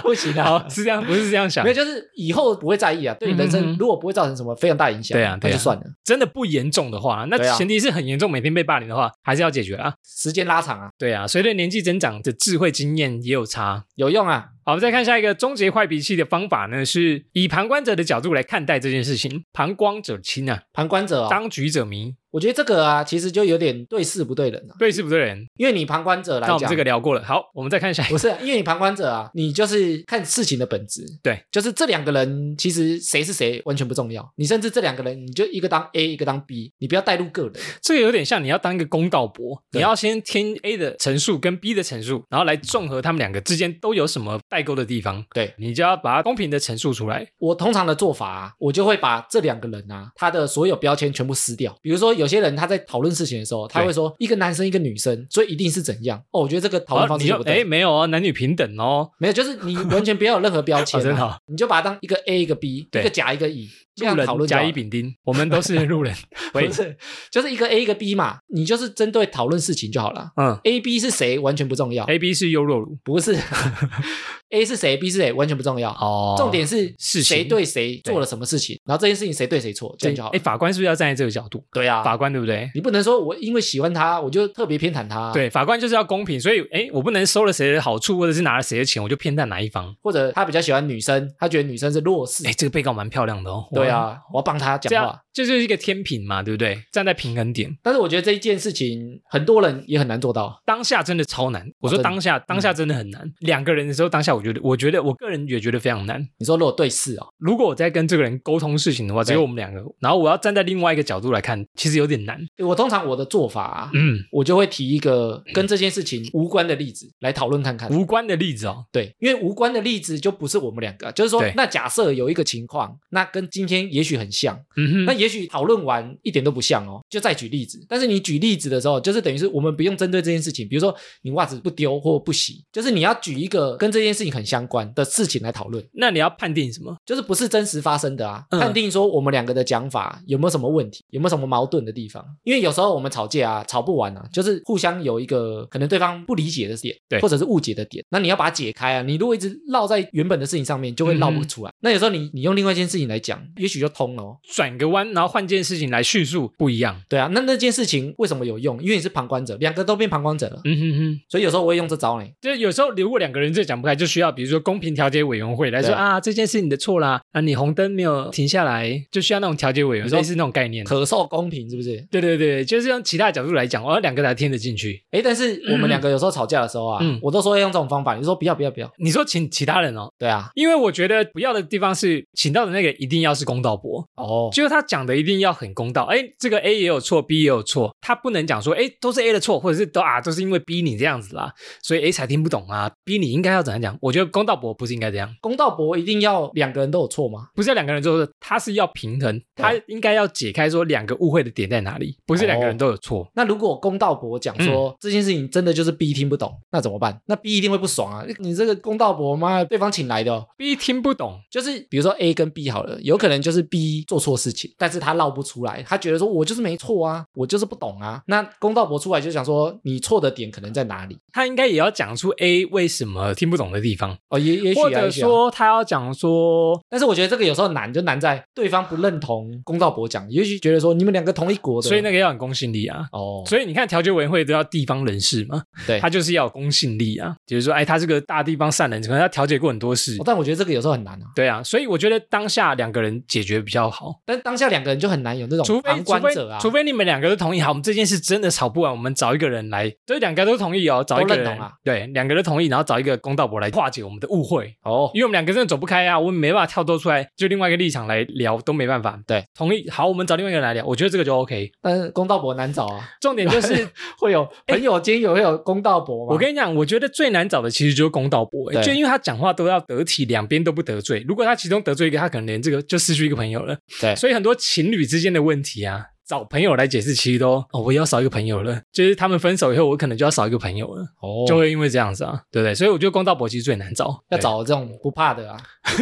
不行啊好，。是这样，不是这样想没有，，就是以后不会在意啊，对你嗯人嗯生嗯如果不会造成什么非常大影响，对啊对啊那就算了。真的不严重的话，对那啊前提是很严重，每天被霸凌的话，还是要解决啊。时间拉长啊，对啊，随着年纪增长的智慧经验也有差。有用啊，好，我们再看下一个终结坏脾气的方法呢，是以旁观者的角度来看待这件事情，旁观者清啊，旁观者哦，当局者迷，我觉得这个啊，其实就有点对事不对人啊，对事不对人。因为你旁观者来那我们讲这，个聊过了，好，我们再看下一 不个。是，因为你旁观者啊，你就是看事情的本质。对，就是这两个人其实谁是谁完全不重要，你甚至这两个人你就一个当 A，一个当 B，你不要带入个人。这个有点像你要当一个公道伯，对你要先听 A 的陈述跟 B 的陈述，然后来综合他们两个之间都有什么代沟的地方，对你就要把它公平的陈述出来。我通常的做法啊，我就会把这两个人啊，他的所有标签全部撕掉。比如说，有些人他在讨论事情的时候，他会说一个男生一个女生，所以一定是怎样。哦，我觉得这个讨论好，方式你就就不对。哎没有哦，男女平等哦，没有，就是你完全不要有任何标 签、哦真的啊，哦你就把它当一个 A 一个 B，一对个甲一个乙，这路样讨人论就好甲了乙丙丁，我们都是路 人。喂不，是，就是一个 A 一个 B 嘛，你就是针对讨论事情就好了。嗯 A、B 是谁完全不重要， ，A B 是优若乳不 是 A 是谁，B 是谁完全不重要。哦重点是事情谁对谁做了什么事情，然后这件事情谁对谁错，这样就好了哎，。法官是不是要站在这个角度？对啊，法官对不对？你不能说我因为喜欢他，我就特别偏袒他，，对，法官就是要公平，所以哎，我不能收了谁的好处，或者是拿了谁的钱，我就偏袒哪一方。或者他比较喜欢女生，他觉得女生是弱势哎，，这个被告蛮漂亮的哦。对哇，啊，我要帮他这讲样话。这就是一个天平嘛，对不对？站在平衡点，但是我觉得这一件事情，很多人也很难做到。当下真的超难。我说哦真的嗯当下，当下真的很难。两个人的时候，当下我觉得，我觉得我个人也觉得非常难。你说如果对事哦，如果我在跟这个人沟通事情的话，只有对我们两个，然后我要站在另外一个角度来看，其实有点难。我通常我的做法、啊，嗯，我就会提一个跟这件事情无关的例子来讨论看看。无关的例子哦。对，因为无关的例子就不是我们两个，啊就是说对，那假设有一个情况，那跟今天也许很像，嗯那哼，也许讨论完一点都不像哦，就再举例子。但是你举例子的时候，就是等于是我们不用针对这件事情，比如说你袜子不丢或不洗，就是你要举一个跟这件事性很相关的事情来讨论，那你要判定什么？就是不是真实发生的啊？嗯判定说我们两个的讲法有没有什么问题，有没有什么矛盾的地方？因为有时候我们吵架啊，吵不完啊，就是互相有一个可能对方不理解的点，对或者是误解的点，那你要把它解开啊。你如果一直绕在原本的事情上面，嗯就会绕不出来。那有时候你你用另外一件事情来讲，也许就通了、哦。转个弯，然后换件事情来叙述，不一样。对啊，那那件事情为什么有用？因为你是旁观者，两个都变旁观者了，嗯哼哼，所以有时候我会用这招呢。就是有时候如果两个人真的讲不开，就需要比如说公平调解委员会来说对啊，这件事你的错啦，啊你红灯没有停下来，就需要那种调解委员，你说类似那种概念。可受公平是不是？对对对，就是用其他角度来讲，哦，两个才听得进去。哎，但是我们两个有时候吵架的时候啊，嗯我都说要用这种方法，你说不要不要不要，你说请其他人哦，对啊，因为我觉得不要的地方是请到的那个一定要是公道伯，哦，就是他讲的一定要很公道。哎，这个 A 也有错，B 也有错，他不能讲说哎都是 A 的错，或者是都啊都是因为 B 你这样子啦，所以 A 才听不懂啊。B 你应该要怎样讲？我觉得公道伯不是应该这样，公道博一定要两个人都有错吗？不是两个人就是他是要平衡，他对应该要解开说两个误会的点在哪里，不是两个人都有错。那如果公道博讲嗯说、这件事情真的就是 B 听不懂，那怎么办？那 B 一定会不爽啊！你这个公道博，妈，对方请来的、哦， B 听不懂，就是比如说 A 跟 B 好了，有可能就是 B 做错事情，但是他绕不出来，他觉得说我就是没错啊，我就是不懂啊。那公道博出来就想说你错的点可能在哪里？他应该也要讲出 A 为什么听不懂的地方，哦，也也许、啊、或者也许啊哦说他要讲说但是我觉得这个有时候难，就难在对方不认同公道博讲，也许觉得说你们两个同一国的，所以那个要很公信力啊。哦，所以你看，调解委员会都要地方人士嘛，对他就是要有公信力啊。比如说，哎，他是个大地方善人，可能他调解过很多事哦，但我觉得这个有时候很难啊。对啊。所以我觉得当下两个人解决比较好，但是当下两个人就很难有那种除非旁除观非者啊，除非你们两个都同意，好，我们这件事真的吵不完，我们找一个人来，就是两个都同意哦，找一个都认同人啊对，两个都同意，然后找一个公道伯来化解我们的误会。哦，因为我们两个真的走不开啊，我们没办法跳脱出来，就另外一个立场来聊都没办法。对，同意。好，我们找另外一个人来聊，我觉得这个就 OK。但是公道博难找 啊，重点就是，会有 朋友间有会有公道博吗？我跟你讲，我觉得最难找的其实就是公道伯、欸，对就因为他讲话都要得体，两边都不得罪。如果他其中得罪一个，他可能连这个就失去一个朋友了。对所以很多情侣之间的问题啊。找朋友来解释，其实都哦，我也要少一个朋友了。就是他们分手以后，我可能就要少一个朋友了，哦就会因为这样子啊，对不对？所以我觉得公道伯其实最难找，要找这种不 怕的啊，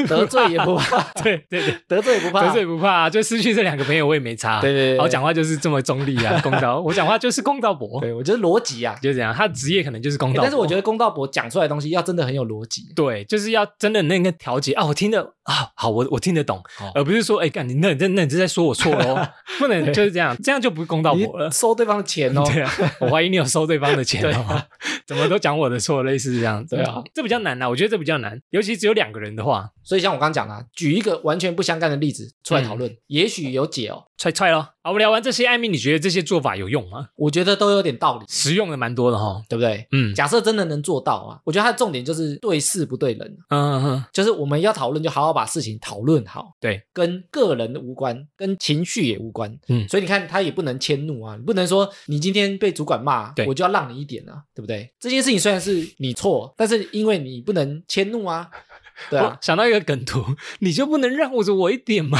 得罪也不怕，对对对，得罪也不怕，得罪不怕、啊，就失去这两个朋友我也没差。对对对，对然后讲，话就是这么中立啊，公道。我讲话就是公道伯，对我觉得逻辑啊，欸就这样。他职业可能就是公道伯、但是我觉得公道博讲出来的东西要真的很有逻辑，对，就是要真的那个调节啊，我听得啊，好，我我听得懂，好而不是说，哎、干你那你这那你这在说我错 喽，不能就是这样，这样就不是公道你婆了。收 对方的钱哦， 对啊，我怀疑你有收对方的钱哦，怎么都讲我的错，类似这样子。对啊，这比较难啊，我觉得这比较难，尤其只有两个人的话，所以像我刚刚讲的啊，举一个完全不相干的例子出来讨嗯论，也许有解哦。踹踹咯。好，我们聊完这些，艾米，你觉得这些做法有用吗？我觉得都有点道理，实用的蛮多的哈。对不对？嗯假设真的能做到啊，我觉得它的重点就是对事不对人，啊嗯嗯就是我们要讨论，就好好把事情讨论好。对，跟个人无关，跟情绪也无关。嗯所以你看，他也不能迁怒啊，你不能说你今天被主管骂对，我就要让你一点啊，对不对？这件事情虽然是你错，但是因为你不能迁 怒啊，对我啊，想到一个梗图，你就不能让我着我一点吗？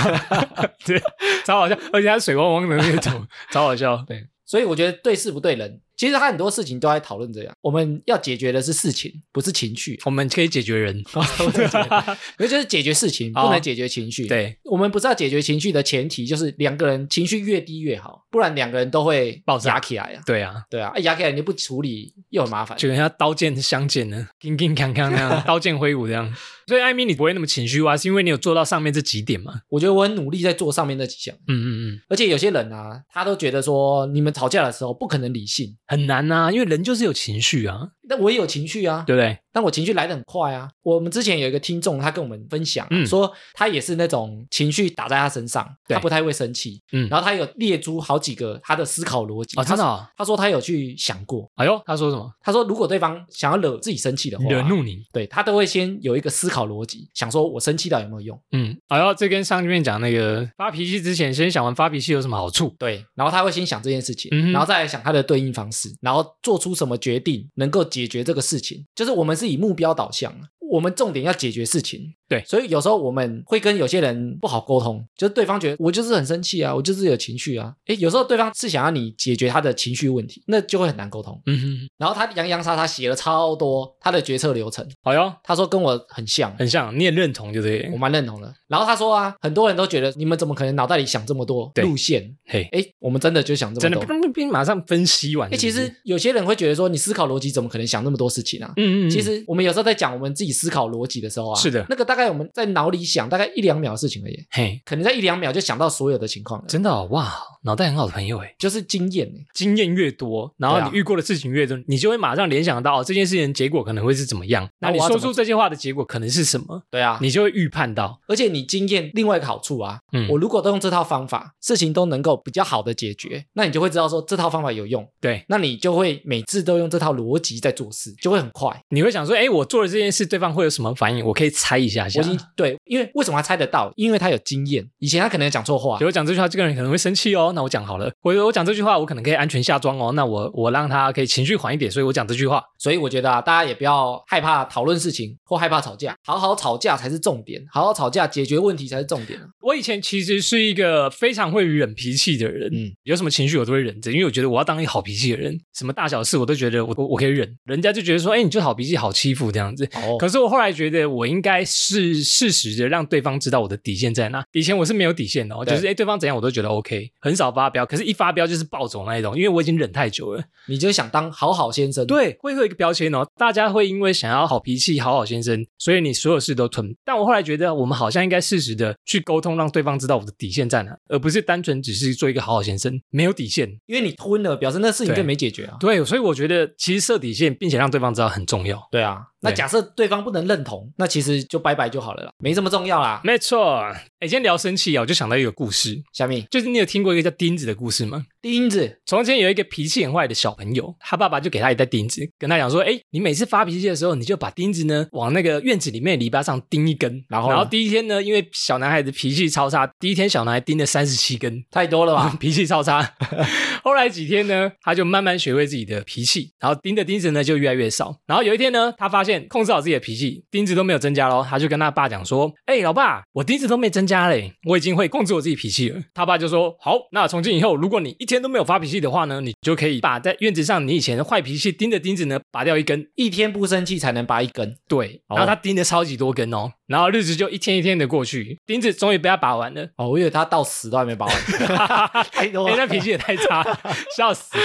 对，超好笑，而且它水汪汪的那个 图，超好笑。对，所以我觉得对事不对人。其实他很多事情都在讨论这样，我们要解决的是事情，不是情绪。我们可以解决 人。哦因为就是解决事情，哦不能解决情绪。对，我们不是要解决情绪的前提，就是两个人情绪越低越好，不然两个人都会爆炸压起来啊。对啊，对啊，啊压起来你不处理又很麻烦。就跟像刀剑相见呢，叮叮锵锵那样，刀剑挥舞这 样。所以艾米，你不会那么情绪化，是因为你有做到上面这几点嘛？我觉得我很努力在做上面那几项，嗯嗯嗯，而且有些人啊，他都觉得说你们吵架的时候不可能理性，很难啊，因为人就是有情绪啊，但我也有情绪啊，对不对？但我情绪来的很快啊。我们之前有一个听众，他跟我们分享、啊嗯说，他也是那种情绪打在他身上，对他不太会生气，嗯然后他有列出好几个他的思考逻辑，哦，真的、他哦。他说他有去想过，哎呦，他说什么？他说，如果对方想要惹自己生气的话，啊惹怒你。对他都会先有一个思考逻辑，想说我生气到底有没有用？嗯，哎呦，这跟上面讲那个发脾气之前，先想完发脾气有什么好处？对，然后他会先想这件事情，嗯哼然后再来想他的对应方式，然后做出什么决定能够解决这个事情。就是我们是以目标导向啊，我们重点要解决事情，对所以有时候我们会跟有些人不好沟通，就是对方觉得我就是很生气啊，我就是有情绪啊，诶，有时候对方是想要你解决他的情绪问题，那就会很难沟通。嗯哼，然后他洋洋洒洒写了超多他的决策流程，好哟，他说跟我很像，哎很像，你也认同就对我了。蛮认同的。然后他说啊，很多人都觉得你们怎么可能脑袋里想这么多对路线？嘿，诶，我们真的就想这真么的，多。乒乒乒马上分析完。诶，其是实有些人会觉得说，你思考逻辑怎么可能想那么多事情啊？不是，嗯嗯嗯，嗯其实我们有时候在讲我们自己思考逻辑的时候啊，是的那个大概我们在脑里想大概一两秒的事情而已，嘿，可能在一两秒就想到所有的情况了，真的哦哇，脑袋很好的朋友哎。就是经验欸。经验越多，然后对啊你遇过的事情越多，你就会马上联想到、哦、这件事情的结果可能会是怎么样。那那我你要说怎么出这些话的结果可能是什么，对啊，你就会预判到。而且你经验另外一个好处啊，嗯我如果都用这套方法，事情都能够比较好的解决，那你就会知道说这套方法有用，对，那你就会每次都用这套逻辑在做事，就会很快。你会想说，哎，我做了这件事，对方会有什么反应？我可以猜一下下我已。经对，因为为什么他猜得到？因为他有经验，以前他可能讲错话比，如讲这句话，这个人可能会生气哦。那我讲好了，我我讲这句话，我可能可以安全下装哦。那我我让他可以情绪缓一点，所以我讲这句话。所以我觉得啊，大家也不要害怕讨论事情或害怕吵架，好好吵架才是重点，好好吵架解决问题才是重点啊。我以前其实是一个非常会忍脾气的人，嗯有什么情绪我都会忍着，因为我觉得我要当一个好脾气的人，什么大小事我都觉得我我我可以忍，人家就觉得说，哎、你就好脾气，好欺负这样子。哦可是我后来觉得，我应该是适时的让对方知道我的底线在哪。以前我是没有底线的、哦，对就是哎、诶对方怎样我都觉得 OK，很少发飙。可是，一发飙就是暴走那一种，因为我已经忍太久了。你就想当好好先生，，对，会有一个标签哦，大家会因为想要好脾气、好好先生，所以你所有事都吞。但我后来觉得，我们好像应该适时的去沟通，让对方知道我的底线在哪，而不是单纯只是做一个好好先生，没有底线。因为你吞了，表示那事情对就没解决啊。对，所以我觉得其实设底线，并且让对方知道很重要。对啊，那对假设对方不能认同，那其实就拜拜就好了啦，没这么重要啦。没错，哎，今天聊生气啊，我就想到一个故事，下面就是你有听过一个叫钉子的故事吗？钉子，从前有一个脾气很坏的小朋友，他爸爸就给他一袋钉子，跟他讲说：“哎，你每次发脾气的时候，你就把钉子呢往那个院子里面的篱笆上钉一根。”然后呢然后第一天呢，因为小男孩的脾气超差，第一天小男孩钉了三十七根，太多了哇，吧？脾气超差。后来几天呢，他就慢慢学会自己的脾气，然后钉的钉子呢就越来越少。然后有一天呢，他发现控制好自己的脾气，钉子都没有增加咯，他就跟他爸讲说：“哎、老爸，我钉子都没增加嘞，我已经会控制我自己脾气了。”他爸就说：“好，那从今以后，如果你一天都没有发脾气的话呢，你就可以把在院子上你以前的坏脾气钉的钉子呢拔掉一根。”一天不生气才能拔一根，对，哦然后他钉的超级多根哦，然后日子就一天一天的过去，钉子终于被他拔完了。哦，我以为他到死都 还没拔完，太多哎、了。那脾气也太差，,笑死。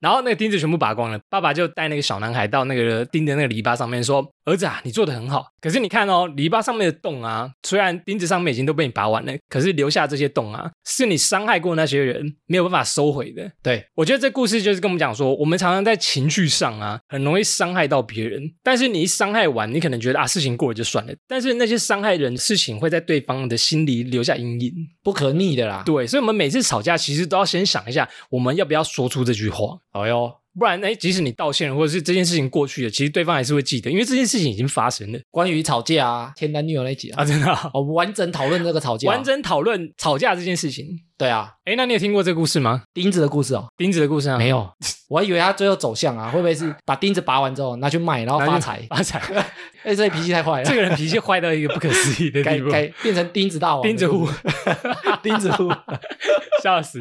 然后那个钉子全部拔光了，爸爸就带那个小男孩到那个钉的那个篱笆上面说：“儿子啊，你做的很好，可是你看哦，篱笆上面的洞啊，虽然钉子上面已经都被你拔完了，可是留下这些洞啊，是你伤害过那些人没有办法收回的。”对，我觉得这故事就是跟我们讲说，我们常常在情绪上啊，很容易伤害到别人。但是你一伤害完，你可能觉得啊，事情过了就算了。但是那些伤害人的事情会在对方的心里留下阴影。不可逆的啦。对，所以我们每次吵架，其实都要先想一下，我们要不要说出这句话。哎呦，不然，哎，即使你道歉了，或者是这件事情过去了，其实对方还是会记得，因为这件事情已经发生了关于吵架啊，前男女友那一集啊，啊！真的啊、我们完整讨论这个吵架 啊，完整讨论吵架这件事情。对啊，哎，那你有听过这个故事吗？钉子的故事哦，钉子的故事啊？没有， 我还以为他最后走向啊，会不会是把钉子拔完之后拿去卖，然后然后发就财？发财！哎，这脾气太坏了这，个人脾气坏到一个不可思议的改地步，改变成钉子大王，钉子户，哦 钉子户。笑死！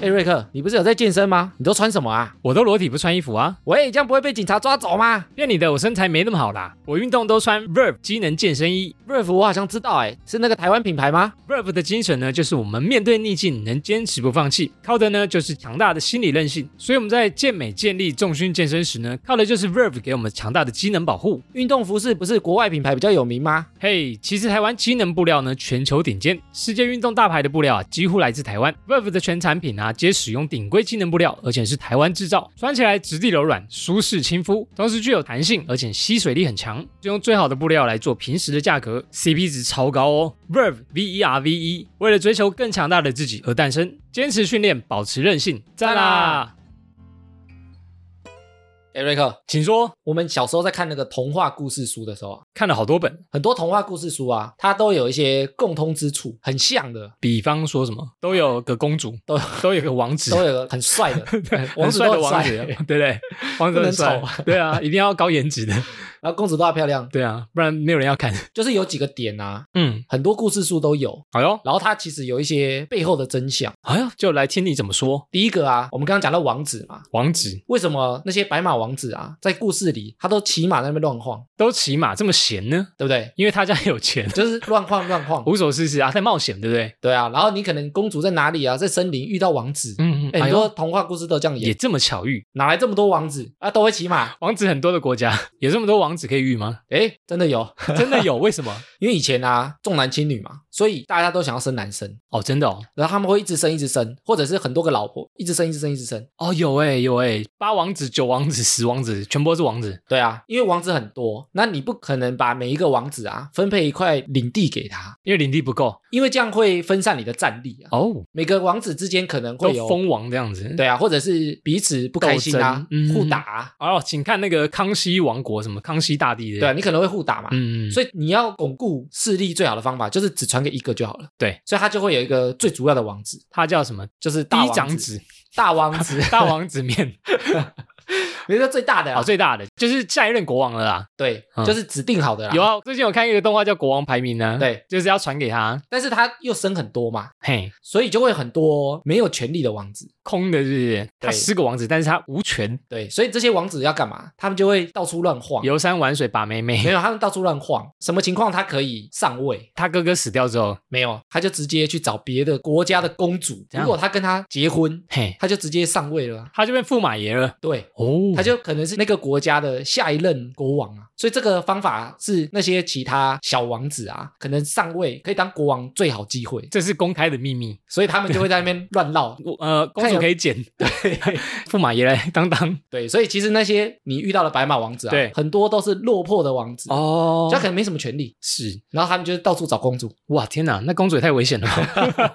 哎，瑞克，你不是有在健身吗？你都穿什么啊？我都裸体不穿衣服啊，喂，这样不会被警察抓走吗骗你的，我身材没那么好啦。我运动都穿 Verve 机能健身衣。 ？Verve 我好像知道，哎，是那个台湾品牌吗？ Verve 的精神呢，就是我们面对逆境能坚持不放弃，靠的呢就是强大的心理韧性。所以我们在健美、健力、重训、健身时呢，靠的就是 Verve 给我们强大的机能保护。运动服饰不是国外品牌比较有名吗？嘿其实台湾机能布料呢，全球顶尖，世界运动大牌的布料啊，几乎来自台湾。Verve 的全产品啊，皆使用顶规机能布料，而且是台湾制造，穿起来质地柔软、舒适亲肤，同时具有弹性，而且吸水力很强。就用最好的布料来做平时的价格，CP 值超高哦。Verve V E R V E，为了追求更强大的自己而诞生，坚持训练，保持韧性，赞啦！艾瑞克，哎请说，我们小时候在看那个童话故事书的时候啊，看了好多本，很多童话故事书啊，它都有一些共通之处，很像的，比方说什么都有个公主，都都有个王子，都有个很帅的王 很子帅都的很王帅子，啊 对不对？王子都很不能帅丑， 对啊，一定要高颜 值的， 然后公主都要漂亮，对啊，不然没有人要看。就是有几个点啊，嗯，很多故事书都有，好哟，然后它其实有一些背后的真相。哎呀，就来听你怎么说，第一个啊，我们刚刚讲到王子嘛，王子为什么那些白马王子啊，在故事里他都骑马在那边乱晃，都骑马这么闲呢？对不对？因为他家有钱， 就是乱晃乱晃，无所事事啊，在冒险，对不对？对啊。然后你可能公主在哪里啊，在森林遇到王子，嗯，哎哎很呦，多童话故事都这样也演，这么巧遇，哪来这么多王子啊？都会骑马，王子很多的国家 有这么多王子可以遇吗？哎，真的有， 真的有？为什么？因为以前啊重男轻女嘛，所以大家都想要生男生， 哦，真的哦，然后他们会一直生一直生，或者是很多个老婆一直生一直生一直生，哦有哎有哎，八王子、九王子、十王子，全部都是王子，对啊，因为王子很多，那你不可能把每一个王子啊分配一块领地给他，因为领地不够因为这样会分散你的战力啊。哦，每个王子之间可能都会有封王这样子。对啊，或者是彼此不开心啊斗争，嗯互打、啊，哦，请看那个康熙王国什么康熙大帝的，对啊，你可能会互打嘛。嗯，嗯，所以你要巩固势力最好的方法就是只传给一个就好了。对，所以他就会有一个最主要的王子，他叫什么？就是大第一王长子、 子，，大王子 大王子面，你说最大的啊哦，最大的就是下一任国王了啦。对，嗯就是指定好的啦。有，啊，最近有看一个动画叫《国王排名》呢，，对，就是要传给他，但是他又生很多嘛，嘿，所以就会很多没有权力的王子。空的，是不是？他是个王子，但是他无权对，所以这些王子要干嘛？他们就会到处乱晃。游山玩水把妹妹没。有，他们到处乱晃，什么情况他可以上位？他哥哥死掉之后，没有，他就直接去找别的国家的公主。这如样果他跟她结婚，嘿，他就直接上位了啊、他就变驸马爷了。对，哦他就可能是那个国家的下一任国王啊。所以这个方法是那些其他小王子啊，可能上位可以当国王最好机会，这是公开的秘密。所以他们就会在 。那边乱闹我呃，公看主有可以剪，对，驸马爷来当当。对，所以其实那些你遇到的白马王子啊，对很多都是落魄的王子，哦他可能没什么权利，是然后他们就到处找公主，哇，天哪，那公主也太危险了 吧，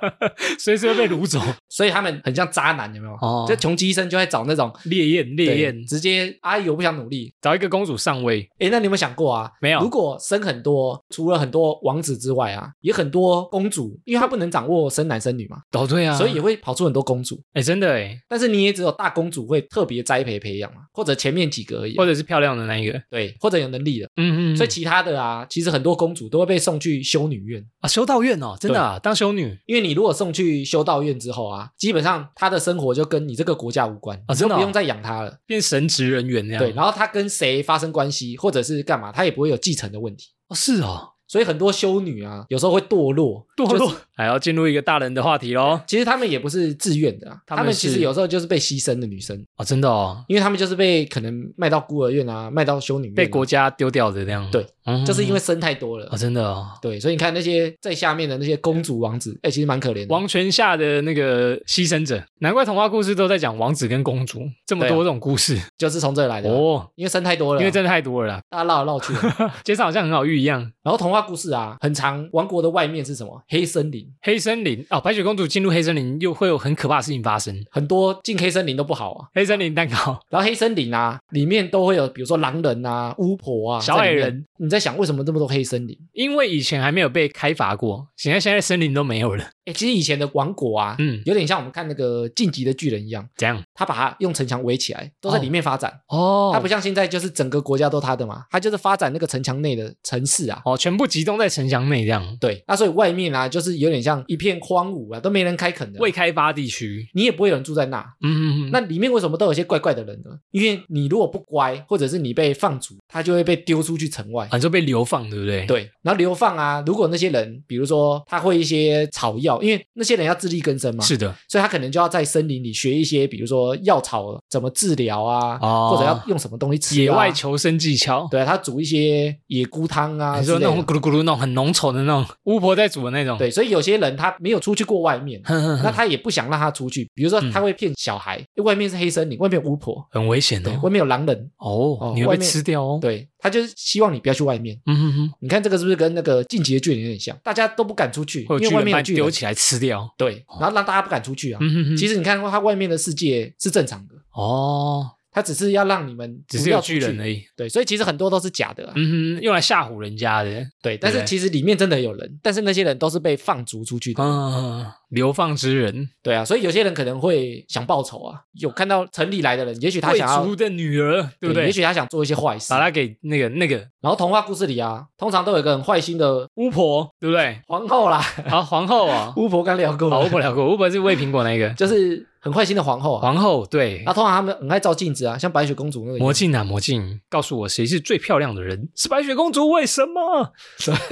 随时会被掳走。所以他们很像渣男，有没有？哦就穷极一生就会找那种烈焰，烈对焰，直接啊阿姨我不想努力。找一个公主上位，哎，那你有没有想过啊？没有如果生很多，除了很多王子之外啊，也很多公主，因为她不能掌握生男生女嘛，哦，对啊，所以也会跑出很多公主。哎，真的哎，但是你也只有大公主会特别栽培培养嘛，或者前面几个而已啊、或者是漂亮的那一个，对，或者有能力的。嗯嗯，所以其他的啊，其实很多公主都会被送去修女院，啊，修道院哦，真的啊，当修女因为你如果送去修道院之后啊，基本上她的生活就跟你这个国家无关，啊真的哦你就不用再养她了。变神职人员那样，对，然后她跟谁发生关系，或者是干嘛，她也不会有继承的问题。哦，是哦，所以很多修女啊，有时候会堕落，就是还要进入一个大人的话题喽，其实她们也不是自愿的、啊，她她们们其是实有时候就是被牺牲的女生，哦，真的哦，因为她们就是被可能卖到孤儿院啊，卖到修女院、被国，家丢掉的那样，对嗯，就是因为生太多了哦，。真的哦，嗯对，所以你看那些在下面的那些公主王子，哎、其实蛮可怜的。王权下的那个牺牲者，难怪童话故事都在讲王子跟公主这么多对这种故事就是从这里来的啊、哦，因为生太多了啊，因为真的太多了啦，大家绕来绕 去的。街上好像很好遇一样。然后童话故事啊，很长。王国的外面是什么？黑森林，黑森林哦，白雪公主进入黑森林又会有很可怕的事情发生。很多进黑森林都不好啊。黑森林蛋糕，然后黑森林啊，里面都会有，比如说狼人啊、巫婆啊、小矮人在里面。你在想为什么这么多黑森林？因为以前还没有被开发过，现在现在森林都没有 了。哎，其实以前的王国啊，嗯，有点像我们看那个《晋级的巨人》一样，怎样？他把它用城墙围起来，都在里面发展。哦他不像现在就是整个国家都他的嘛，他就是发展那个城墙内的城市啊。哦，全部集中在城墙内这样，对，那所以外面啊，就是有点像一片荒芜啊，都没人开垦的，未开发地区。你也不会有人住在那。嗯，嗯嗯那里面为什么都有一些怪怪的人呢？因为你如果不乖，或者是你被放逐，他就会被丢出去城外。啊，你说被流放对不对？，对，然后流放啊，如果那些人，比如说他会一些草药，因为那些人要自力更生嘛，是，的，所以他可能就要在森林里学一些，比如说药草怎么治疗啊，哦或者要用什么东西吃、啊。野外求生技巧。对，他煮一些野菇汤啊你之说类那种的。咕噜咕噜那种很浓稠的那种巫婆在煮的那种。对，所以有些人他没有出去过外 面，哼，哼 那哼他也不想让他出去，比如说嗯他会骗小孩，因为外面是黑森林，外面有巫婆，很危险对，哦。外面有狼人，哦哦，你外会被面吃掉哦。，对他就是希望你不要去外面。嗯哼哼，你看这个是不是跟那个进击的巨人有点像？大家都不敢出去，会有因为巨外人面把有你巨丢人，起来吃掉。对，然后让大家不敢出去啊。哦嗯哼哼，其实实你看它外面的世界是正常的，哦，它它只是要让你们只不是要有出巨人去而已。对，所以其实很多都是假的、啊，嗯哼，用来吓唬人家的。对。但是对其实里面真的有人，但是那些人都是被放逐出去的，啊，流放之人，对啊。所以有些人可能会想报仇啊，有看到城里来的人，也许他贵想要族，的女儿，对不对也？许他想做一些坏事把。她给那个那个然后童话故事里啊，通常都有一个很坏心的巫婆，对不 对？皇 后啦，，好，皇后啊巫婆刚聊过，好，巫婆聊过，巫婆是喂苹果那个就是很坏心的皇后啊。皇后，对那、，通常他们很爱照镜子啊，像白雪公主那个一样魔镜啊，魔镜，告诉我谁是最漂亮的人？是白雪公主？为什 么？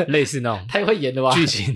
类似那种太会演了吧？剧 情，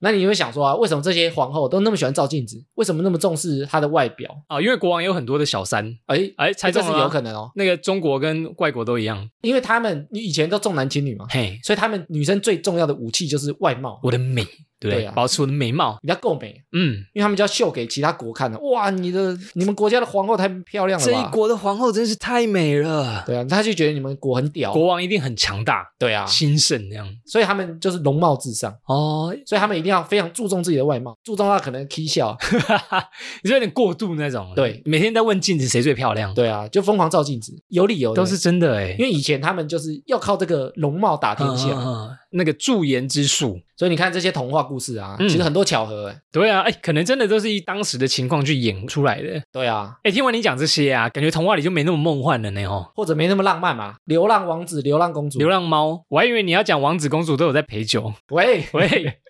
那你会想说啊，为什么这些皇后都那么喜欢照镜子？为什么那么重视她的外表？啊，因为国王有很多的小三，哎，哎，猜这中是了有吗可能哦，那个中国跟外国都一样，因为他们以前都重男轻女嘛，嘿，所以他们女生最重要的武器就是外貌，我的美，对不对对啊？保持我的美貌，你要够美，嗯，因为他们就要秀给其他国看的。哇，你的你们国家的皇后太漂亮了吧？国的皇后真是太美了，对啊，他就觉得你们国很屌，国王一定很强大、对啊，兴盛那样。所以他们就是容貌至上，哦，所以他们一定要非常注重自己的外貌，注重到可能 K 笑， 你是有点过度那种，对，每天在问镜子谁最漂亮，，对啊，就疯狂照镜子，有理由的都是真的哎因，为以前他们就是要靠这个容貌打天嗯下，嗯嗯那个驻颜之术。所以你看这些童话故事啊，嗯其实很多巧合、欸。对啊，哎，可能真的都是以当时的情况去演出来的。对啊，哎，听完你讲这些啊，感觉童话里就没那么梦幻了呢哦。或者没那么浪漫嘛，流浪王子、流浪公主。流浪猫，我还以为你要讲王子公主都有在陪酒。喂，喂。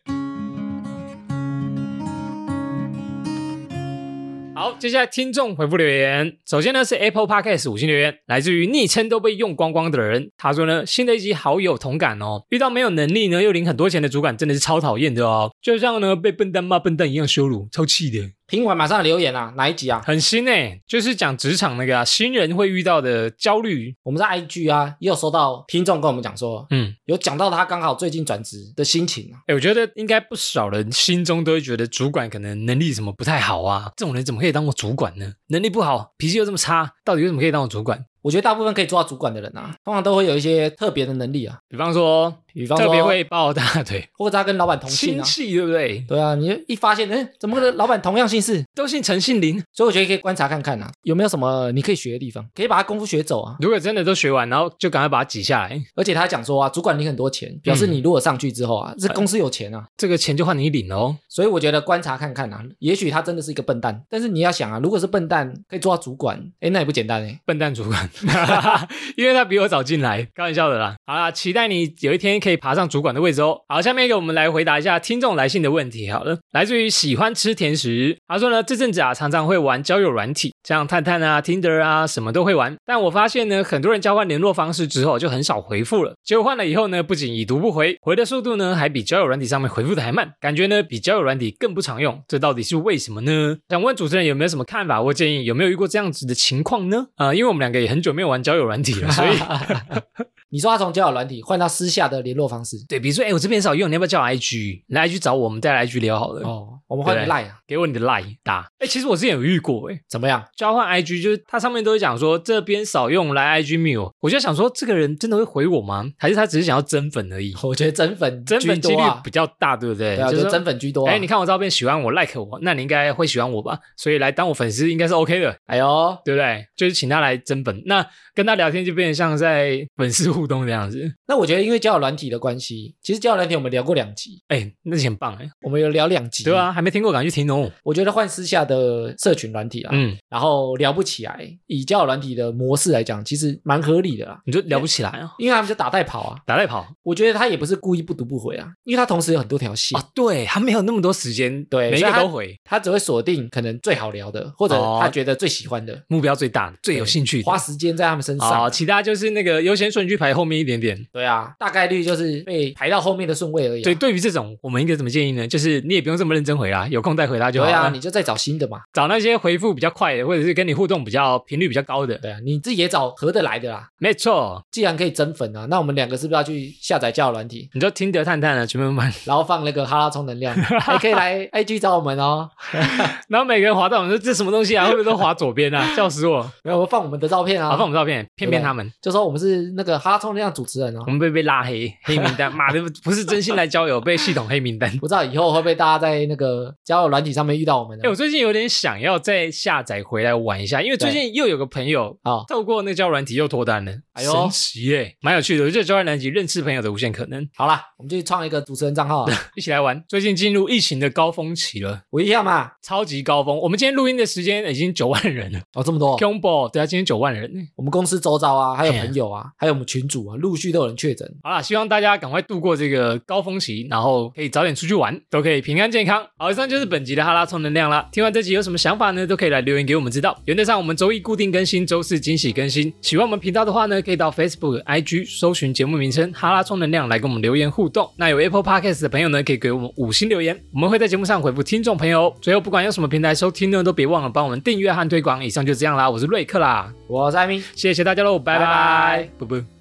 好，接下来听众回复留言。首先呢是 Apple Podcast 五星留言，来自于昵称都被用光光的人。他说呢，新的一集好有同感哦，遇到没有能力呢又领很多钱的主管真的是超讨厌的哦，就像呢被笨蛋骂笨蛋一样羞辱，超气的。听完马上留言啊，哪一集啊？很新诶、就是讲职场那个啊，新人会遇到的焦虑。我们在 IG 啊，也有收到听众跟我们讲说，嗯，有讲到他刚好最近转职的心情啊。哎、我觉得应该不少人心中都会觉得主管可能能力什么不太好啊，这种人怎么可以当我主管呢？能力不好，脾气又这么差，到底为什么可以当我主管？我觉得大部分可以做到主管的人啊，通常都会有一些特别的能力啊，比方说，比方说特别会抱大腿，或者他跟老板同姓亲啊。戚对不对？对啊，你就一发现，哎，怎么跟老板同样姓氏？都姓陈姓林，所以我觉得可以观察看看啊，有没有什么你可以学的地方，可以把他功夫学走啊。如果真的都学完，然后就赶快把它挤下来，而且他还讲说啊，主管领很多钱，表示嗯你如果上去之后啊，这公司有钱啊。这个钱就换你领哦。所以我觉得观察看看啊，也许他真的是一个笨蛋，但是你要想啊，如果是笨蛋可以做到主管，哎，那也不简单哎。笨蛋主管， 因为他比我早进来，开玩笑的啦。好啦，期待你有一天可以爬上主管的位置哦。好，下面一个我们来回答一下听众来信的问题。好了，来自于喜欢吃甜食，他说呢，这阵子啊常常会玩交友软体，像探探啊、Tinder 啊，什么都会玩。但我发现呢，很多人交换联络方式之后就很少回复了。结果换了以后呢，不仅已读不回，回的速度呢还比交友软体上面回复的还慢，感觉呢比交友软体更不常用。这到底是为什么呢？想问主持人有没有什么看法或建议？有没有遇过这样子的情况呢？啊、因为我们两个也很久没有玩交友软 体了，所以你说他从交友软体换到私下的联络方式，对，比如说，哎、我这边少用，你要不要叫我 IG？来 IG 找我，我们再来 IG 聊好了。哦，哦，我们换个对 line 啊，给我你的 line 打。哎、其实我之前有遇过、诶哎。怎么样？ 交换 IG，就是它上面都会讲说这边少用来 IG mail，我就想说这个人真的会回我吗？还是他只是想要增粉而已？我觉得真粉增粉几居率多啊比，较大，对不对？对啊，就是说真。粉居多、啊。哎、你，看我照片喜欢我 like 我，那你应该会喜欢我吧？所以来当我粉丝应该是 OK 的，哎呦，对不对？就是请他来增粉，那跟他聊天就变得像在粉丝互动这样子。那我觉得因为交友软体的关系，其实交友软体我们聊过两集，哎、那是很棒哎、我们有聊两集，对，啊，还没听过，赶快去听哦。我觉得换私下的社群软体啊，嗯，然后聊不起来，以交友软体的模式来讲，其实蛮合理的啦，你就聊不起来啊，因为他们就打带跑啊。打带跑我觉得他也不是故意不读不回啊，因为他同时有很多条线，啊，对他没有那么多时间，对每一所以个他都回，他只会锁定可能最好聊的，或者哦他觉得最喜欢的，目标最大，最有兴趣的，花时间在他们身上。哦，其他就是那个优先顺序排后面一点点。对啊，大概率就是被排到后面的顺位而已、啊。对，对于这种，我们应该怎么建议呢？就是你也不用这么认真回啦，有空再回答就好对了。啊，你就再找新的嘛。找那些回复比较快的，或者是跟你互动比较频率比较高的。对啊，你自己也找合得来的啦。没错，既然可以增粉啊，那我们两个是不是要去下载交友软体，你就听得探探了，全部满。然后放那个哈拉充能量，还可以来 IG 找我们哦。 然后每个人滑到，我们说这什么东西啊？会不会 都滑左边啊？笑死我！然后放我们的照片啊啊好，放我们照片骗骗他们。就说我们是那个哈拉拉充能量主持人哦我。们被被拉黑黑名 单，妈的，不是真心来交友，被系统黑名单。不知道以后会不会大家在那个交友软体上面遇到我们 哎、我呢？最近有点想要再下载回来玩一下，因为最近又有个朋友啊透过那个交友软体又脱单了，哎呦神奇耶、蛮有趣的。我觉得交友软体认识朋友的无限可能， 好啦，我们就创一个主持人账号啊，一起来玩。最近进入疫情的高峰期了，我一下嘛，超级高峰。我们今天录音的时间已经九万人了哦这 么多， ，Combo 对啊，今天九万人。我们公司周遭啊，还有朋友啊，还有我们群主啊，陆续都有人确诊。好啦，希望大家赶快度过这个高峰期，然后可以早点出去玩，都可以平安健康。好，以上就是本集的哈拉充能量啦。听完这集有什么想法呢？都可以来留言给我们知道。原则上我们周一固定更新，周四惊喜更新。喜欢我们频道的话呢，可以到 Facebook、IG 搜寻节目名称“哈拉充能量”来跟我们留言互动。那有 Apple Podcast 的朋友呢，可以给我们五星留言，我们会在节目上回复听众朋友哦。最后，不管用什么平台收听呢，都别忘了帮我们订阅和推广。以上就这样啦，我是瑞克啦，我是艾米，谢谢大家喽，拜拜拜拜，啵啵。